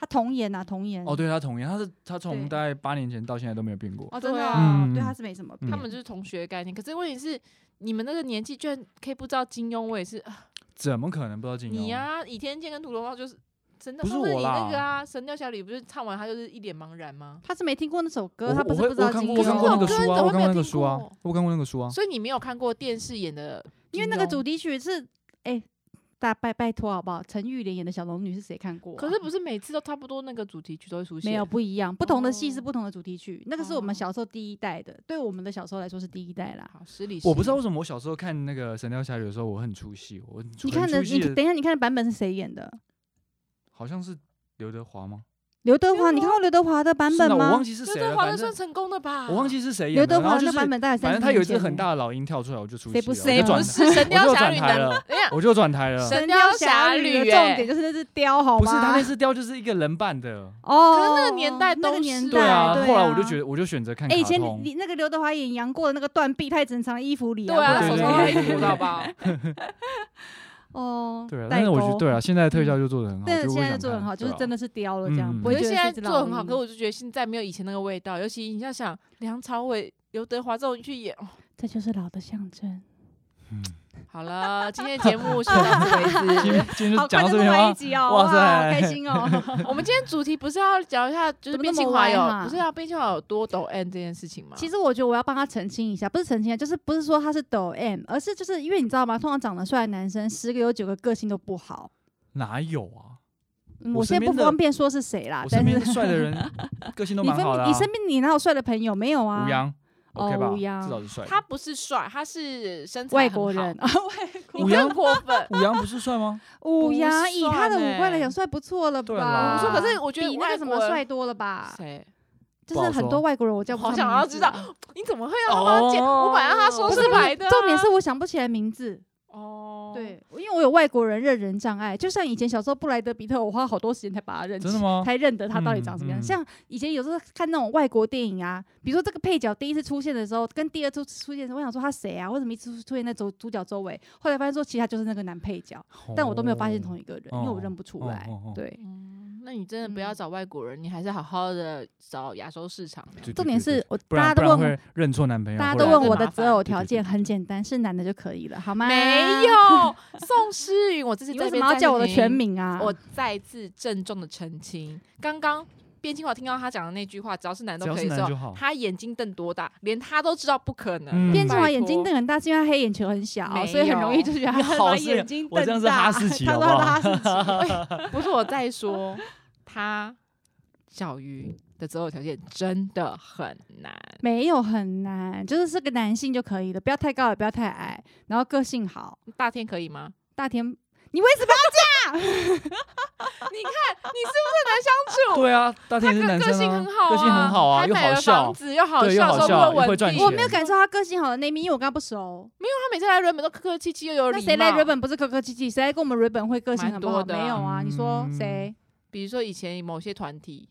Speaker 2: 他童颜啊童颜。
Speaker 4: 哦，对他同年，他是他
Speaker 2: 对
Speaker 4: 从大概八年前到现在都没有变过，
Speaker 2: 哦真的
Speaker 3: 对
Speaker 2: 哦，
Speaker 4: 啊
Speaker 2: 对
Speaker 4: 嗯
Speaker 2: 他是没什么变。
Speaker 3: 他们就是同学的概念。可是问题是，你们那个年纪居然可以不知道金庸，我也是啊
Speaker 4: 怎么可能不知道金庸？
Speaker 3: 你呀、倚天剑》跟《屠龙报》就是神雕，
Speaker 4: 哦不是
Speaker 3: 上次
Speaker 4: 我
Speaker 3: 你
Speaker 4: 啦
Speaker 3: 那个啊，《神雕侠侣》不是唱完他就是一脸茫然吗？
Speaker 2: 他是没听过那首歌，
Speaker 4: 我
Speaker 2: 他不
Speaker 4: 我
Speaker 2: 是
Speaker 4: 会
Speaker 2: 不知道哦
Speaker 4: 我看
Speaker 2: 金
Speaker 4: 过
Speaker 2: 庸。
Speaker 4: 我看过那个
Speaker 3: 可是
Speaker 4: 书
Speaker 3: 我
Speaker 4: 啊，我
Speaker 3: 根本
Speaker 4: 看过
Speaker 3: 没
Speaker 4: 那
Speaker 3: 有
Speaker 4: 个
Speaker 3: 听
Speaker 4: 书啊
Speaker 3: 过，
Speaker 4: 我看过那个书啊。
Speaker 3: 所以你没有看过电视演的金
Speaker 2: 因
Speaker 3: 庸，
Speaker 2: 为那个主题曲是哎大拜拜托好不好？陈玉莲演的小龙女是谁看过啊？
Speaker 3: 可是不是每次都差不多那个主题曲都会出现？
Speaker 2: 没有不一样，不同的戏是
Speaker 3: 哦
Speaker 2: 不同的主题曲。那个是我们
Speaker 3: 哦
Speaker 2: 小时候第一代的，对我们的小时候来说是第一代啦。
Speaker 3: 好失礼，
Speaker 4: 我不知道为什么我小时候看那个《神雕侠侣》的时候，我很出戏，我很出
Speaker 2: 你看
Speaker 4: 很
Speaker 2: 的，
Speaker 4: 出戏
Speaker 2: 你等一下，你看的版本是谁演的？
Speaker 4: 好像是刘德华吗？
Speaker 2: 刘德华，你看过刘德华的版本
Speaker 4: 是啊吗我
Speaker 2: 吗
Speaker 4: 忘？记是
Speaker 3: 刘
Speaker 4: 谁
Speaker 3: 德
Speaker 4: 了，
Speaker 3: 华那
Speaker 4: 反
Speaker 3: 算
Speaker 4: 正
Speaker 3: 成功的吧？
Speaker 4: 我忘记是谁
Speaker 2: 刘
Speaker 4: 演的。
Speaker 2: 德华
Speaker 4: 然后就
Speaker 2: 那
Speaker 4: 是
Speaker 2: 版本大概三
Speaker 4: 反
Speaker 2: 十
Speaker 4: 正他有
Speaker 2: 年
Speaker 4: 一只
Speaker 2: 前
Speaker 4: 很
Speaker 2: 呢。
Speaker 4: 大的老鹰跳出来，我就出
Speaker 2: 谁
Speaker 4: 戏了，
Speaker 2: 不
Speaker 4: 我
Speaker 2: 谁
Speaker 4: 就
Speaker 3: 不
Speaker 4: 转
Speaker 3: 是《神
Speaker 4: 我
Speaker 3: 雕
Speaker 4: 就
Speaker 3: 侠
Speaker 4: 转
Speaker 3: 侣》的
Speaker 4: 台了？
Speaker 3: 等一下，
Speaker 4: 我就转台了。
Speaker 3: 神
Speaker 2: 神
Speaker 3: 雕
Speaker 2: 雕
Speaker 3: 侠
Speaker 2: 侠侣
Speaker 3: 侣
Speaker 2: 的
Speaker 3: 耶
Speaker 2: 重点就是那只雕，好
Speaker 4: 不
Speaker 2: 吗？
Speaker 4: 是他那只雕就是一个人扮的，
Speaker 2: 哦，
Speaker 3: 可是那个年代
Speaker 2: 那
Speaker 3: 都
Speaker 2: 个年
Speaker 3: 是
Speaker 4: 对
Speaker 2: 代，
Speaker 4: 啊。
Speaker 2: 对
Speaker 4: 后来我就觉。得，我就选择看
Speaker 2: 哎，以
Speaker 4: 卡
Speaker 2: 前
Speaker 4: 通。
Speaker 2: 你那个刘德华演杨过的那个断臂，他也整藏在衣服里
Speaker 3: 对啊，
Speaker 2: 或
Speaker 3: 他
Speaker 2: 者
Speaker 3: 手
Speaker 2: 什
Speaker 4: 对
Speaker 3: 上
Speaker 2: 么
Speaker 3: 会
Speaker 4: 对
Speaker 3: 一
Speaker 4: 对
Speaker 3: 股
Speaker 4: 对
Speaker 3: 到爆，
Speaker 2: 哦，
Speaker 4: 对啊，
Speaker 2: 代
Speaker 4: 但是我觉得
Speaker 2: 沟
Speaker 4: 对啊，现在的特效就做的很好，
Speaker 2: 但
Speaker 4: 就是我
Speaker 2: 现
Speaker 4: 想
Speaker 2: 在做的
Speaker 4: 看
Speaker 2: 很好，就是
Speaker 4: 对啊
Speaker 2: 真的是雕了这样，
Speaker 4: 嗯
Speaker 2: 不
Speaker 3: 我
Speaker 2: 会觉
Speaker 3: 觉得
Speaker 2: 得
Speaker 3: 现在
Speaker 2: 是一只
Speaker 3: 做得很
Speaker 2: 老嗯
Speaker 3: 好，
Speaker 2: 鹰
Speaker 3: 可我就觉得现在没有以前那个味道。尤其你要想梁朝伟、刘德华这种去演，哦
Speaker 2: 这就是老的象征。
Speaker 4: 嗯
Speaker 3: 好了，今天的节目先到此为
Speaker 4: 今
Speaker 3: 止。
Speaker 4: 天今天 就
Speaker 2: 好，
Speaker 4: 讲
Speaker 2: 快
Speaker 4: 到
Speaker 2: 就
Speaker 4: 这
Speaker 2: 录完
Speaker 4: 边
Speaker 2: 一
Speaker 4: 吗？
Speaker 2: 集哦，
Speaker 4: 哇
Speaker 2: 哇，好
Speaker 4: 塞
Speaker 2: 开心哦。
Speaker 3: 我们今天主题不是要讲一下，就是
Speaker 2: 怎么
Speaker 3: 变
Speaker 2: 那
Speaker 3: 性
Speaker 2: 么
Speaker 3: 滑
Speaker 2: 歪
Speaker 3: 有，
Speaker 2: 啊
Speaker 3: 不是要变性滑有多抖 M 这件事情吗？
Speaker 2: 其实我觉得我要帮他澄清一下，不是澄清啊，就是不是说他是抖 M，而是就是因为你知道吗？通常长得帅的男生，十个有九个个性都不好。
Speaker 4: 哪有啊？
Speaker 2: 嗯、
Speaker 4: 我
Speaker 2: 我现在
Speaker 4: 身边
Speaker 2: 不
Speaker 4: 的
Speaker 2: 方便说是谁啦
Speaker 4: 我，身
Speaker 2: 啊但是
Speaker 4: 边帅 的人个性都
Speaker 2: 你
Speaker 4: 蛮
Speaker 2: 分
Speaker 4: 好的啊。
Speaker 2: 你身边你哪有帅的朋友没有 啊？
Speaker 4: 吴洋
Speaker 2: 哦
Speaker 4: ，OK 吧？
Speaker 2: 吴洋
Speaker 4: 至少是帅的。
Speaker 3: 他不是帅，他是身材
Speaker 2: 外
Speaker 3: 很好
Speaker 2: 国人，啊，外国
Speaker 3: 你
Speaker 4: 五羊。
Speaker 3: 更过分
Speaker 4: 吴洋不是帅吗？
Speaker 2: 五羊
Speaker 3: 不
Speaker 2: 以他的
Speaker 3: 算
Speaker 2: 五官来
Speaker 3: 欸
Speaker 2: 讲，帅不错了
Speaker 4: 对
Speaker 2: 吧？
Speaker 3: 我
Speaker 4: 啦
Speaker 3: 说，可是我觉得
Speaker 2: 比那
Speaker 3: 外
Speaker 2: 个什么
Speaker 3: 国人
Speaker 2: 帅多了吧？
Speaker 3: 谁？
Speaker 2: 就
Speaker 4: 不
Speaker 2: 是
Speaker 4: 好
Speaker 2: 很
Speaker 4: 说
Speaker 2: 多外国人，我叫不
Speaker 3: 好
Speaker 2: 上
Speaker 3: 想
Speaker 2: 名
Speaker 3: 要
Speaker 2: 字
Speaker 3: 知道
Speaker 2: 了，
Speaker 3: 你怎么会让他帮他剪？我本来让他 说
Speaker 4: 不
Speaker 3: 是
Speaker 4: 是
Speaker 3: 白的啊。
Speaker 2: 重点是我想不起来名字。
Speaker 3: 哦，
Speaker 2: 对，因为我有外国人认人障碍，就像以前小时候布莱德比特，我花好多时间才把他认
Speaker 4: 真的
Speaker 2: 清，
Speaker 4: 吗？
Speaker 2: 才认得他到底长什么样。
Speaker 4: 嗯嗯
Speaker 2: 像以前有时候看那种外国电影啊，比如说这个配角第一次出现的时候，跟第二次出现的时候，我想说他谁啊？为什么一直出现在主主角周围？后 来发现说，其实他就是那个男配角，但我都没有发现
Speaker 4: 哦
Speaker 2: 同一个人，因为我认不出来
Speaker 4: 哦哦哦。
Speaker 2: 对，
Speaker 3: 嗯那你真的不要
Speaker 2: 嗯
Speaker 3: 找外国人，你还是好好的找亚洲市场。
Speaker 4: 对
Speaker 2: 重点是，我
Speaker 4: 不
Speaker 2: 大家
Speaker 4: 然不
Speaker 2: 都
Speaker 4: 然
Speaker 2: 问我，
Speaker 4: 会认错男朋友，
Speaker 2: 大家
Speaker 4: 或
Speaker 2: 都
Speaker 4: 者
Speaker 2: 问
Speaker 4: 是
Speaker 2: 我
Speaker 3: 麻
Speaker 2: 的
Speaker 3: 烦
Speaker 2: 择偶
Speaker 4: 对
Speaker 2: 条
Speaker 4: 对
Speaker 2: 件
Speaker 4: 对
Speaker 2: 很简单，是男的就可以了，好吗？
Speaker 3: 没，有，宋诗云，我这次
Speaker 2: 你
Speaker 3: 在
Speaker 2: 为
Speaker 3: 这
Speaker 2: 什
Speaker 3: 边
Speaker 2: 么要
Speaker 3: 再
Speaker 2: 叫我的
Speaker 3: 次
Speaker 2: 全名啊？
Speaker 3: 我再次郑重的澄清，刚刚边清华听到他讲的那句话，只要是男的
Speaker 4: 只
Speaker 3: 都
Speaker 4: 要
Speaker 3: 可
Speaker 4: 是
Speaker 3: 以的
Speaker 4: 男
Speaker 3: 时
Speaker 4: 的
Speaker 3: 候，
Speaker 4: 就好。
Speaker 3: 他眼睛瞪多大，连他都知道不可能。
Speaker 4: 嗯
Speaker 2: 变
Speaker 4: 清
Speaker 2: 成
Speaker 3: 拜
Speaker 2: 我眼睛
Speaker 3: 托
Speaker 2: 瞪，很大，是因为他黑眼球很小，所以很容易就觉得
Speaker 4: 没
Speaker 2: 他
Speaker 4: 有
Speaker 2: 把
Speaker 4: 好是
Speaker 2: 眼睛
Speaker 4: 我这
Speaker 2: 瞪
Speaker 4: 样是
Speaker 2: 大。
Speaker 4: 哈士奇
Speaker 2: 他
Speaker 4: 好
Speaker 2: 说
Speaker 4: 不好
Speaker 2: 他是哈士奇，
Speaker 3: 不是我在说，他小鱼的择偶条件真的很难。
Speaker 2: 没有很难，就是是个男性就可以了，不要太高也不要太矮，然后个性好，
Speaker 3: 大天可以吗？
Speaker 2: 大天，你为什么
Speaker 3: 你看，你是不是很难相处？
Speaker 4: 对啊，大天
Speaker 3: 他
Speaker 4: 是
Speaker 3: 个
Speaker 4: 男生
Speaker 3: 个
Speaker 4: 啊
Speaker 3: 性很好、啊，
Speaker 4: 个性很好啊，
Speaker 3: 还
Speaker 4: 又
Speaker 3: 买
Speaker 4: 好
Speaker 3: 了房
Speaker 4: 笑，
Speaker 3: 子，又好
Speaker 4: 对又好
Speaker 3: 收
Speaker 4: 笑
Speaker 3: 入
Speaker 4: 又
Speaker 3: 稳
Speaker 4: 会赚
Speaker 3: 定。
Speaker 4: 钱
Speaker 2: 我没有感受到他个性好的那一面，因为我跟他不熟。
Speaker 3: 没有，他每次来日本都客客气气又有礼
Speaker 2: 那
Speaker 3: 貌。
Speaker 2: 谁来日本不是客客气气？谁来跟我们日本会个性很不好？
Speaker 3: 蛮多的啊
Speaker 2: 没有啊，你
Speaker 4: 嗯
Speaker 2: 说谁？
Speaker 3: 比如说以前某些团体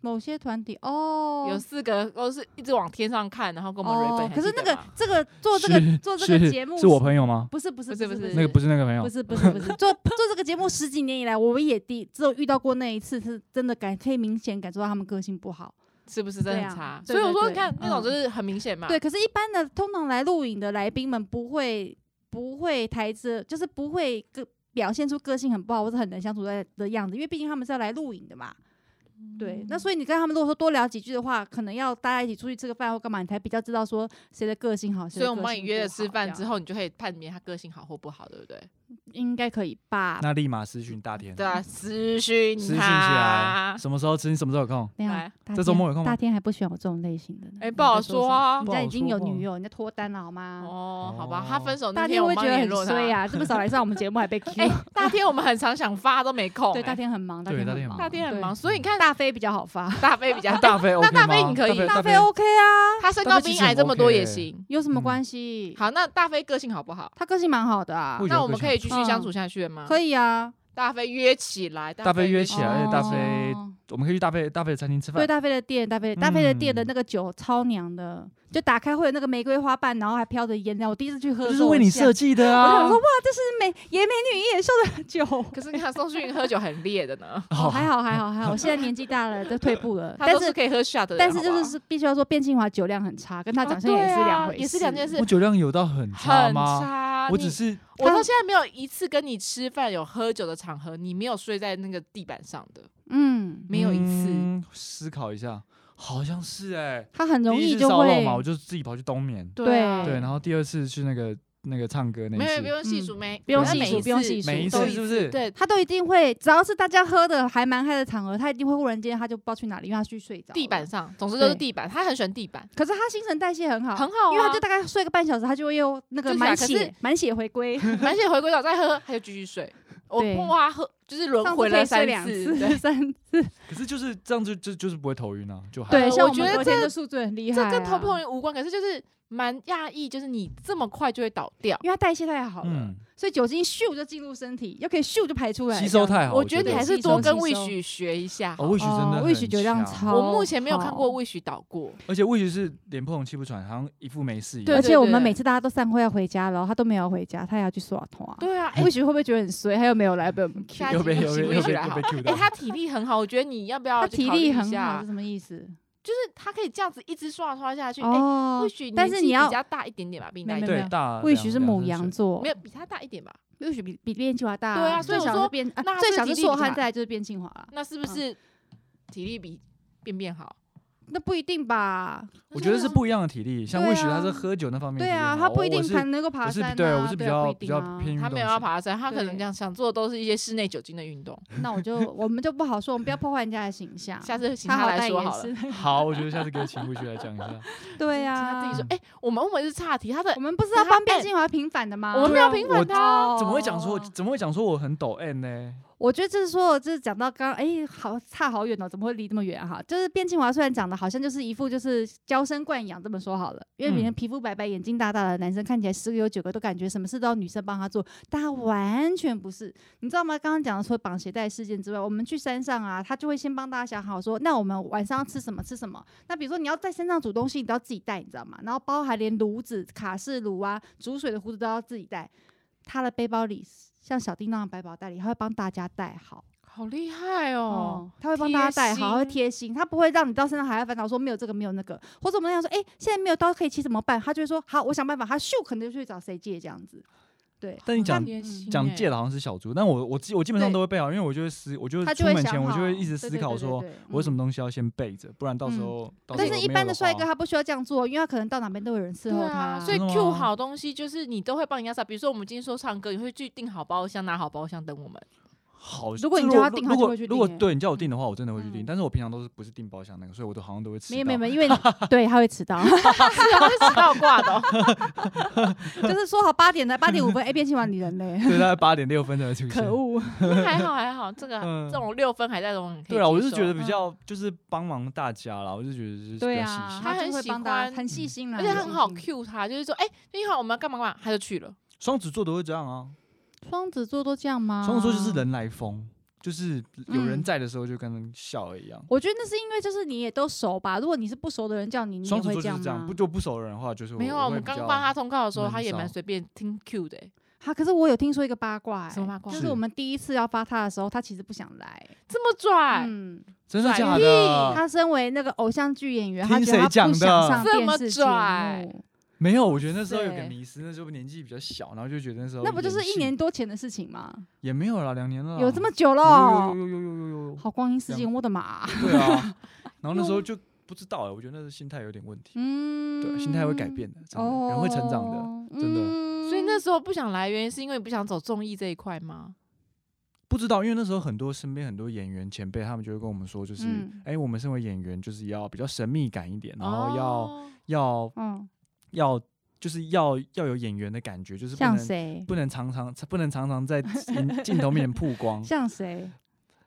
Speaker 2: 某些团体哦，
Speaker 3: 有四个都是一直往天上看，然后跟我们 r
Speaker 2: 哦
Speaker 3: e，
Speaker 2: 可是那个这个做这
Speaker 4: 是
Speaker 2: 个做这个
Speaker 4: 是
Speaker 2: 节目
Speaker 4: 是我朋友吗？
Speaker 2: 不是不是
Speaker 3: 不是
Speaker 2: 不
Speaker 3: 不
Speaker 2: 是
Speaker 3: 是
Speaker 4: 那个不是那个朋
Speaker 2: 不
Speaker 4: 友，
Speaker 2: 是不是不是做做这个节目十几年以来，我们也第只有遇到过那一次，是真的感可以明显感受到他们个性不好。
Speaker 3: 是不是真的
Speaker 2: 对啊
Speaker 3: 很差？
Speaker 2: 对
Speaker 3: 所以我
Speaker 2: 对
Speaker 3: 说，
Speaker 2: 对
Speaker 3: 你看
Speaker 2: 嗯
Speaker 3: 那种就是很明显嘛。
Speaker 2: 对，可是，一般的通常来录影的来宾们不会不会台词，就是不会个表现出个性很不好或者很难相处的的样子，因为毕竟他们是要来录影的嘛。对，
Speaker 3: 嗯
Speaker 2: 那所以你跟他们如果说多聊几句的话，可能要大家一起出去吃个饭或干嘛，你才比较知道说谁的个性好，谁
Speaker 3: 所以
Speaker 2: 的
Speaker 3: 我们
Speaker 2: 个
Speaker 3: 帮你
Speaker 2: 性
Speaker 3: 约
Speaker 2: 不
Speaker 3: 了吃
Speaker 2: 好
Speaker 3: 饭
Speaker 2: 这样嗯
Speaker 3: 之后，你就可以判别他个性好或不好，对不对？
Speaker 2: 应该可以吧？
Speaker 4: 那立马私讯大天，
Speaker 3: 对啊，私讯
Speaker 4: 私讯起来
Speaker 3: 他，。
Speaker 4: 什么时候吃，你什么时候有空？
Speaker 2: 没有
Speaker 3: 来，
Speaker 2: 大
Speaker 4: 这周
Speaker 2: 天
Speaker 4: 末有空吗
Speaker 2: 大天还不喜欢我这种类型的呢。
Speaker 3: 哎，
Speaker 2: 你
Speaker 3: 不好
Speaker 2: 在
Speaker 3: 说
Speaker 2: 什么
Speaker 3: 啊
Speaker 2: 人。
Speaker 4: 不
Speaker 2: 家
Speaker 4: 好
Speaker 2: 已经
Speaker 4: 说
Speaker 2: 有
Speaker 4: 不好
Speaker 2: 女友，人家脱单了好吗？
Speaker 3: 哦，好吧，他分手
Speaker 2: 嗯大
Speaker 3: 那
Speaker 2: 天
Speaker 3: 我
Speaker 2: 会
Speaker 3: 们
Speaker 2: 觉
Speaker 3: 帮
Speaker 2: 得
Speaker 3: 你联络
Speaker 2: 很衰
Speaker 3: 他。
Speaker 2: 啊，这么少来上我们节目 还被 Q。
Speaker 3: 哎，大天我们很常想发都没空。
Speaker 2: 对，
Speaker 3: 哎
Speaker 2: 大天很忙，
Speaker 4: 对
Speaker 2: 天
Speaker 4: 大
Speaker 2: 很
Speaker 4: 天很
Speaker 2: 忙，
Speaker 4: 忙
Speaker 3: 大天很
Speaker 2: 对
Speaker 3: 忙，所以你看
Speaker 2: 大飞比较好发，
Speaker 3: 大飞比较大，
Speaker 4: 大飞 OK 吗？
Speaker 3: 那大飞你可以
Speaker 2: 大飞 OK 啊，
Speaker 3: 他身高比你矮这么多也行。
Speaker 2: 有什么
Speaker 4: 嗯
Speaker 2: 关系？
Speaker 3: 好，那大飞个性好不好？
Speaker 2: 他个性蛮好的啊
Speaker 4: 不，
Speaker 3: 那我们可以继续
Speaker 2: 嗯
Speaker 3: 相处下去了吗？
Speaker 2: 可
Speaker 3: 以，
Speaker 2: 以啊，
Speaker 3: 大飞约起来，
Speaker 4: 大飞约起来而且大
Speaker 2: 哦
Speaker 4: 飞我们可以去大飞大飞的餐厅吃
Speaker 2: 对
Speaker 4: 饭。
Speaker 2: 大飞的店，大飞大飞的店的
Speaker 4: 嗯
Speaker 2: 那个酒超娘的，就打开会有那个玫瑰花瓣，然后还飘着烟，然后我第一次去喝的
Speaker 4: 这就
Speaker 2: 时
Speaker 4: 是
Speaker 2: 候，
Speaker 4: 为你设
Speaker 2: 我
Speaker 4: 计的
Speaker 2: 吓我想
Speaker 4: 啊
Speaker 2: 说！哇，这是美野美女与野兽的酒。
Speaker 3: 可是你看宋旭云喝酒很烈的 呢，
Speaker 2: 哦，还好还好还好，现 在年纪大了都退步 了，
Speaker 3: 他
Speaker 2: 但
Speaker 3: 都是
Speaker 2: 是
Speaker 3: 可以喝 shot 的人，
Speaker 2: 但是就
Speaker 3: 好
Speaker 2: 是
Speaker 3: 不好
Speaker 2: 是必须要说，卞庆华酒量很差，跟他长相也是
Speaker 3: 哦对啊
Speaker 2: 两回事，
Speaker 3: 也是两件事
Speaker 4: 我，酒量有到很差
Speaker 3: 很
Speaker 4: 吗？
Speaker 3: 差。
Speaker 4: 我只
Speaker 3: 你
Speaker 4: 是
Speaker 3: 我到现在没有一次跟你吃饭有喝酒的场合，你没有睡在那个地板上的，
Speaker 2: 嗯，
Speaker 3: 没有一次。
Speaker 4: 嗯思考一下，好像是哎，
Speaker 2: 他很容
Speaker 4: 第一
Speaker 2: 易
Speaker 4: 次
Speaker 2: 就
Speaker 4: 烧肉
Speaker 2: 会
Speaker 4: 嘛，我就自己跑去冬眠。
Speaker 3: 啊
Speaker 2: 对
Speaker 4: 对，然后第二次去那个那个唱歌那
Speaker 3: 没有
Speaker 4: 一
Speaker 3: 不
Speaker 4: 次，
Speaker 3: 用细数，没
Speaker 2: 不用
Speaker 4: 每
Speaker 2: 细
Speaker 4: 一
Speaker 2: 数，不用细
Speaker 3: 数，
Speaker 2: 数，
Speaker 4: 每一
Speaker 2: 都
Speaker 4: 次是不是？
Speaker 3: 对，
Speaker 2: 他都一定会，只要是大家喝的还蛮嗨的场合，他一定会忽然间他就不知道去哪里，因为他去睡着了
Speaker 3: 地板。上，总之就是
Speaker 2: 对
Speaker 3: 地板，他很喜欢地板，
Speaker 2: 可是他新陈代谢很好，
Speaker 3: 很好啊
Speaker 2: 因为他就大概睡个半小时，他就会又那个
Speaker 3: 就起来
Speaker 2: 满
Speaker 3: 可是
Speaker 2: 血满血回归。
Speaker 3: 而且回归岛再喝，他就继续睡。我
Speaker 2: 对
Speaker 3: 碰过他喝，就是轮
Speaker 2: 上
Speaker 3: 回
Speaker 2: 次可
Speaker 3: 了
Speaker 2: 以睡
Speaker 3: 三
Speaker 2: 两，
Speaker 3: 次，对
Speaker 2: 三次。
Speaker 4: 可是就是这样就就就是不会头晕啊，就还
Speaker 2: 对，
Speaker 3: 呃
Speaker 2: 像
Speaker 3: 我
Speaker 2: 我
Speaker 3: 觉
Speaker 2: 们
Speaker 3: 得
Speaker 2: 昨天的宿醉很厉害啊，
Speaker 3: 这跟同不同意无关，可是就是蛮讶异，就是你这么快就会倒掉。
Speaker 2: 因为它代谢太好了，
Speaker 4: 嗯，
Speaker 2: 所以酒精咻就进入身体，又可以咻就排出来，
Speaker 4: 吸收
Speaker 2: 这样
Speaker 4: 太好，
Speaker 3: 我觉
Speaker 4: 啊觉
Speaker 3: 得你
Speaker 2: 得
Speaker 3: 还
Speaker 2: 吸
Speaker 3: 是
Speaker 2: 收
Speaker 3: 多跟
Speaker 2: 吸
Speaker 3: 魏
Speaker 2: 收
Speaker 3: 许学一下好
Speaker 4: 哦，
Speaker 3: 了。
Speaker 4: 魏许真的
Speaker 2: 哦
Speaker 4: 很
Speaker 2: 魏许酒量
Speaker 4: 强
Speaker 2: 超，
Speaker 3: 我目前没有看过
Speaker 2: 魏，
Speaker 3: 魏许倒过，
Speaker 4: 而且魏许是连碰气不喘，好像一副没事一
Speaker 3: 对
Speaker 2: 而
Speaker 4: 样。
Speaker 2: 且我们每次大家都散会要回家，然后他都没有回家，他也要去刷团。
Speaker 3: 对 啊，
Speaker 2: 魏许会不会觉得很衰？他又没有来被我们 Q，
Speaker 3: 下
Speaker 4: 又
Speaker 3: 集
Speaker 4: 被
Speaker 3: 不
Speaker 4: 又被
Speaker 3: 行，魏
Speaker 4: 又
Speaker 3: 许
Speaker 4: 被
Speaker 3: 来
Speaker 4: 又
Speaker 3: 好
Speaker 4: 被。Q
Speaker 3: 哎，
Speaker 4: 到，
Speaker 3: 他体力很好，我觉得你要不要
Speaker 2: 他
Speaker 3: 哦去
Speaker 2: 体
Speaker 3: 考虑
Speaker 2: 力
Speaker 3: 一
Speaker 2: 很
Speaker 3: 下
Speaker 2: 好是什么意思？
Speaker 3: 就是他可以这样子一直刷刷下去，哎、
Speaker 2: 哦
Speaker 3: 或，许
Speaker 2: 但
Speaker 3: 年
Speaker 2: 是
Speaker 3: 纪
Speaker 2: 你要
Speaker 3: 比较大一点点吧，比你
Speaker 2: 没
Speaker 3: 大一
Speaker 2: 没
Speaker 3: 点，
Speaker 4: 对大
Speaker 2: 魏
Speaker 4: 啊两
Speaker 2: 许是
Speaker 4: 两
Speaker 2: 母
Speaker 4: 三
Speaker 2: 羊
Speaker 4: 岁
Speaker 2: 座，
Speaker 3: 没有比他大一点吧？
Speaker 2: 魏许比比卞庆华大啊。
Speaker 3: 对啊所以
Speaker 2: 最
Speaker 3: 我
Speaker 2: 小
Speaker 3: 说
Speaker 2: 是卞，啊
Speaker 3: 那他
Speaker 2: 最
Speaker 3: 是
Speaker 2: 小
Speaker 3: 体
Speaker 2: 是
Speaker 3: 力
Speaker 2: 硕
Speaker 3: 比他
Speaker 2: 汉，再来就是卞庆华了。
Speaker 3: 那是不是体力比变变好？
Speaker 2: 那不一定吧？
Speaker 4: 我觉得是不一样的体力，像魏许
Speaker 2: 对啊
Speaker 4: 他是喝酒那方面体
Speaker 2: 对
Speaker 4: 力
Speaker 2: 啊，
Speaker 4: 很
Speaker 2: 他
Speaker 4: 好，
Speaker 2: 不一
Speaker 4: 我
Speaker 2: 定
Speaker 4: 是
Speaker 2: 爬能够爬
Speaker 4: 我是
Speaker 2: 山啊。
Speaker 4: 比对我是比
Speaker 2: 啊
Speaker 4: 较
Speaker 2: 不一
Speaker 4: 比
Speaker 2: 定
Speaker 4: 较
Speaker 2: 啊
Speaker 4: 偏运
Speaker 3: 他
Speaker 4: 动
Speaker 3: 没有要
Speaker 4: 型，
Speaker 3: 爬山，他可能
Speaker 2: 对
Speaker 3: 想想做的都是一些室内酒精的运动。
Speaker 2: 那我就我们就不好说，我们不要破坏人家的形象。
Speaker 3: 下次请
Speaker 2: 他好
Speaker 3: 来
Speaker 2: 歹
Speaker 3: 说
Speaker 2: 也
Speaker 3: 好了。
Speaker 2: 是，
Speaker 4: 好，我觉得下次可以请魏许来讲一下。
Speaker 2: 对啊
Speaker 3: 请
Speaker 2: 呀，
Speaker 3: 他自己说，哎、我们我们是岔题，他的
Speaker 2: 我们不是要
Speaker 3: 他
Speaker 2: 帮卞
Speaker 3: 哎
Speaker 2: 庆华平反的吗？
Speaker 3: 我们没有平
Speaker 4: 我
Speaker 3: 反啊他，
Speaker 2: 哦
Speaker 4: 啊怎么会讲说？怎么会讲说我很抖 M 呢？
Speaker 2: 我觉得就是说，就是讲到刚，哎、好差好远哦，怎么会离这么远哈、就是卞庆华虽然讲的好像就是一副就是娇生惯养这么说好了，因为
Speaker 4: 嗯
Speaker 2: 别人皮肤白白、眼睛大大的男生看起来十个有九个都感觉什么事都要女生帮他做，但他完全不是，你知道吗？刚刚讲的除了绑鞋带事件之外，我们去山上啊，他就会先帮大家想好说，那我们晚上要吃什么吃什么。那比如说你要在山上煮东西，你都要自己带，你知道吗？然后包含连炉子、卡式炉啊、煮水的壶子都要自己带。他的背包里像小叮当的百宝袋里，他会帮大家带好。
Speaker 3: 好厉害哦！
Speaker 2: 哦，他会帮大家带好，他会
Speaker 3: 贴心
Speaker 2: 贴心，他不会让你到身上还要烦恼说没有这个没有那个，或者我们那样说，哎、现在没有刀可以切怎么办？他就会说好，我想办法，他咻可能就去找谁借这样子，对，
Speaker 4: 但你讲
Speaker 3: 好贴心
Speaker 4: 讲
Speaker 3: 欸
Speaker 4: 借的好像是小猪，但我我基我基本上都会备好，因为我就会思，我就
Speaker 2: 他
Speaker 4: 出
Speaker 2: 会
Speaker 4: 门
Speaker 2: 想
Speaker 4: 前我就会
Speaker 2: 好
Speaker 4: 一直
Speaker 2: 对
Speaker 4: 思
Speaker 2: 对
Speaker 4: 考
Speaker 2: 对对
Speaker 4: 说，
Speaker 2: 对
Speaker 4: 我有什
Speaker 2: 嗯
Speaker 4: 么东西要先备着，不然到时
Speaker 2: 嗯
Speaker 4: 候到
Speaker 2: 但
Speaker 4: 时候
Speaker 2: 是，一
Speaker 4: 没有
Speaker 2: 般的
Speaker 4: 的
Speaker 2: 帅
Speaker 4: 话
Speaker 2: 哥他不需要这样做，因为他可能到哪边都有人伺
Speaker 3: 对
Speaker 2: 候他。
Speaker 3: 啊，所以
Speaker 4: 真的
Speaker 3: Q
Speaker 4: 吗
Speaker 3: 好东西就是你都会帮人家找，比如说我们今天说唱歌，你会去订好包厢，拿好包厢等我们。
Speaker 4: 好，
Speaker 2: 如果你
Speaker 4: 这
Speaker 2: 叫他
Speaker 4: 如
Speaker 2: 订
Speaker 4: 如
Speaker 2: 他就
Speaker 4: 果
Speaker 2: 会去
Speaker 4: 如果
Speaker 2: 订欸
Speaker 4: 对你叫我订的话，我真的会去订，
Speaker 2: 嗯
Speaker 4: 但是我平常都是不是订包厢那个，所以我都好像都会吃。
Speaker 2: 没有没有没有，因为你 对他会迟到，
Speaker 3: 他是啊迟到挂的哦、
Speaker 2: 就是说好八点来，八点五分，哎，变今晚你人 嘞，
Speaker 4: 对，大概八点六分才会出现
Speaker 2: 可。恶。
Speaker 3: 那还好还好，这个、
Speaker 4: 嗯
Speaker 3: 这种六分还在容忍。可以
Speaker 4: 对啊，我
Speaker 3: 接
Speaker 4: 是
Speaker 3: 受
Speaker 4: 觉得比
Speaker 2: 嗯
Speaker 4: 较就是帮忙大家啦，我就觉得是比较
Speaker 2: 对
Speaker 4: 细
Speaker 2: 啊，
Speaker 4: 心。
Speaker 3: 他
Speaker 2: 就
Speaker 3: 很
Speaker 2: 会
Speaker 3: 喜
Speaker 2: 帮大
Speaker 3: 欢
Speaker 2: 家很细心啦，
Speaker 3: 而且他
Speaker 2: 细
Speaker 3: 很好
Speaker 2: 心
Speaker 3: Q 他，就是说，哎、你好，我们要干嘛干嘛，他就去了。
Speaker 4: 双子座都会这样啊，
Speaker 2: 双子座都这样吗？
Speaker 4: 双子座就是。人来疯，就是有人
Speaker 2: 啊嗯
Speaker 4: 在的时候就跟人笑了一样。
Speaker 2: 我觉得那是因为就是你也都熟吧，如果你是不熟的人叫你，你也
Speaker 4: 双子
Speaker 2: 会
Speaker 4: 座就是
Speaker 2: 样
Speaker 4: 这样，
Speaker 2: 吗
Speaker 4: 不？就不熟的人的话，就是
Speaker 3: 没有啊，我
Speaker 4: 会
Speaker 3: 们
Speaker 4: 比
Speaker 3: 刚
Speaker 4: 较
Speaker 3: 发他通告的时候，
Speaker 4: 闷
Speaker 3: 他也蛮
Speaker 4: 骚
Speaker 3: 随便听 Q 的欸、
Speaker 2: 他可是我有听说一个八卦、欸，
Speaker 3: 什么八卦
Speaker 2: 就是是我们第一次要发他的时候，他其实不想来。
Speaker 3: 这么拽，
Speaker 2: 嗯，
Speaker 4: 真的
Speaker 3: 甩
Speaker 4: 假
Speaker 3: 屁
Speaker 4: 的？
Speaker 2: 他身为那个偶像剧演员，
Speaker 4: 听
Speaker 2: 他觉得他
Speaker 4: 谁讲
Speaker 2: 不想
Speaker 4: 的
Speaker 2: 上
Speaker 3: 这么
Speaker 2: 电视节
Speaker 3: 拽
Speaker 2: 目，
Speaker 4: 没有，我觉得那时候有个
Speaker 3: 塞
Speaker 4: 迷失，那时候年纪比较小，然后就觉得那时候
Speaker 2: 那不就是
Speaker 4: 演
Speaker 2: 一
Speaker 4: 戏
Speaker 2: 年多前的事情吗？
Speaker 4: 也没有了，两年了，
Speaker 2: 有这么久
Speaker 4: 有
Speaker 2: 了，
Speaker 4: 有有有有有有，
Speaker 2: 好光阴似
Speaker 4: 两
Speaker 2: 箭，我的妈！
Speaker 4: 对啊。然后那时候就不知道哎，我觉得那是心态有点问题，
Speaker 2: 嗯，
Speaker 4: 对，心态会改变的，真的，
Speaker 2: 哦，
Speaker 4: 人会成长的。真的
Speaker 2: 的
Speaker 3: 所以那时候不想来，原因是因为你不想走综艺这一块吗？
Speaker 4: 不知道，因为那时候很多身边很多演员前辈，他们就会跟我们说，就是
Speaker 2: 嗯
Speaker 4: 哎，我们身为演员就是要比较神秘感一点，然后要
Speaker 3: 哦
Speaker 4: 要
Speaker 2: 嗯，
Speaker 4: 要就是要要有演员的感觉，就是不
Speaker 2: 像
Speaker 4: 能
Speaker 2: 谁？
Speaker 4: 不能常常不能常常在镜 镜头面前曝光，
Speaker 2: 像谁？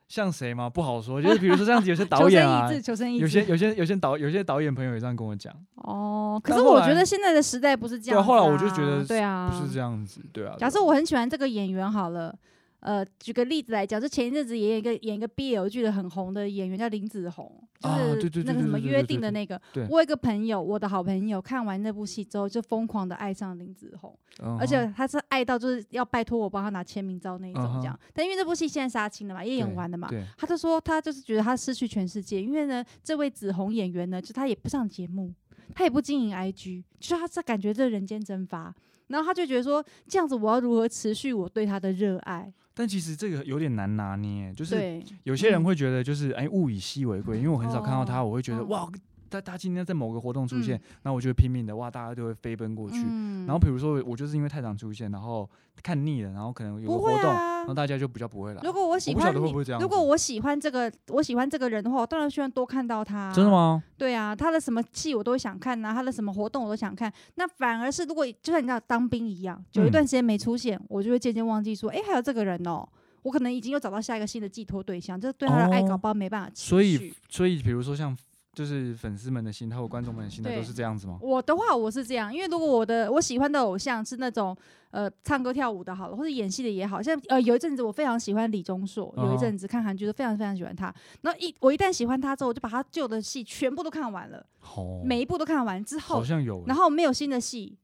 Speaker 4: 像谁吗？不好说。就是比如说这样子，有些 导
Speaker 2: 求
Speaker 4: 演
Speaker 2: 生
Speaker 4: 啊
Speaker 2: 意，志，求生意
Speaker 4: 有些
Speaker 2: 志。
Speaker 4: 有些有些导有些导演朋友也这样跟我讲，
Speaker 2: 哦，可
Speaker 4: 但
Speaker 2: 是
Speaker 4: 后
Speaker 2: 我
Speaker 4: 来
Speaker 2: 觉得现在的时代不是这
Speaker 4: 对啊
Speaker 2: 样。
Speaker 4: 后来我就觉得
Speaker 2: 对啊，
Speaker 4: 不是这样子，对啊。
Speaker 2: 假设我很喜欢这个演员好了，呃，举个例子来讲，就前一阵子也有一个演一个 BL 剧的很红的演员叫林子闳，就
Speaker 4: 啊对对
Speaker 2: 是那
Speaker 4: 对
Speaker 2: 个什
Speaker 4: 对
Speaker 2: 么
Speaker 4: 对
Speaker 2: 约
Speaker 4: 对
Speaker 2: 定的
Speaker 4: 对
Speaker 2: 那个
Speaker 4: 对。
Speaker 2: 我有一个朋友，我的好朋友看完那部戏之后就疯狂的爱上林子闳，
Speaker 4: 嗯
Speaker 2: 而
Speaker 4: 哼
Speaker 2: 且他是爱到就是要拜托我帮他拿签名照那一
Speaker 4: 嗯
Speaker 2: 种
Speaker 4: 哼
Speaker 2: 这样。但因为这部戏现在杀青了嘛，也演
Speaker 4: 对
Speaker 2: 完了嘛。
Speaker 4: 对，
Speaker 2: 他就说，他就是觉得他失去全世界，因为呢，这位紫红演员呢，就他也不上节目，他也不经营 IG，就是他这感觉这人间蒸发，然后他就觉得说，这样子我要如何持续我对他的热爱？
Speaker 4: 但其实这个有点难拿捏，就是
Speaker 2: 对，
Speaker 4: 有些人
Speaker 2: 嗯
Speaker 4: 会觉得就是哎物以稀为贵，因为我很少看到他，
Speaker 2: 哦
Speaker 4: 我会觉得
Speaker 2: 嗯
Speaker 4: 哇，他他今天在某个活动出现
Speaker 2: 嗯，
Speaker 4: 那我就会拼命的哇，大家都会飞奔过去。
Speaker 2: 嗯
Speaker 4: 然后比如说我就是因为太常出现，然后看腻了，然后可能有个
Speaker 2: 不
Speaker 4: 活
Speaker 2: 会
Speaker 4: 动，
Speaker 2: 啊
Speaker 4: 然后。大家就比较不会来。
Speaker 2: 如果我喜
Speaker 4: 不晓
Speaker 2: 欢
Speaker 4: 得
Speaker 2: 你，
Speaker 4: 会不会这样
Speaker 2: 如果
Speaker 4: 子
Speaker 2: 我喜欢这个，我喜欢这个人的话，我当然希望多看到他。
Speaker 4: 真的？吗？
Speaker 2: 对啊，他的什么戏我都会想看呐、啊他的什么活动我都想看。那反而是如果就像你知道当兵一样，有一
Speaker 4: 嗯
Speaker 2: 段时间没出现，我就会渐渐忘记说，哎、还有这个人哦、我可能已经又找到下一个新的寄托对象，就是对他的爱
Speaker 4: 哦
Speaker 2: 搞不好没办法持续。
Speaker 4: 所以，所以比如说像就是粉丝们的心态或观众们的心态
Speaker 2: 对
Speaker 4: 都是这样子吗？
Speaker 2: 我的话我是这样，因为如果我的我喜欢的偶像是那种呃唱歌跳舞的好了，或者演戏的也好，像呃有一阵子我非常喜欢李钟硕，有一
Speaker 4: 哦
Speaker 2: 阵子看韩剧都非常非常喜欢他。然后一我一旦喜欢他之后，我就把他旧的戏全部都看完了，
Speaker 4: 哦，
Speaker 2: 每一部都看完之后
Speaker 4: 好，像有欸，
Speaker 2: 然后没有新的戏，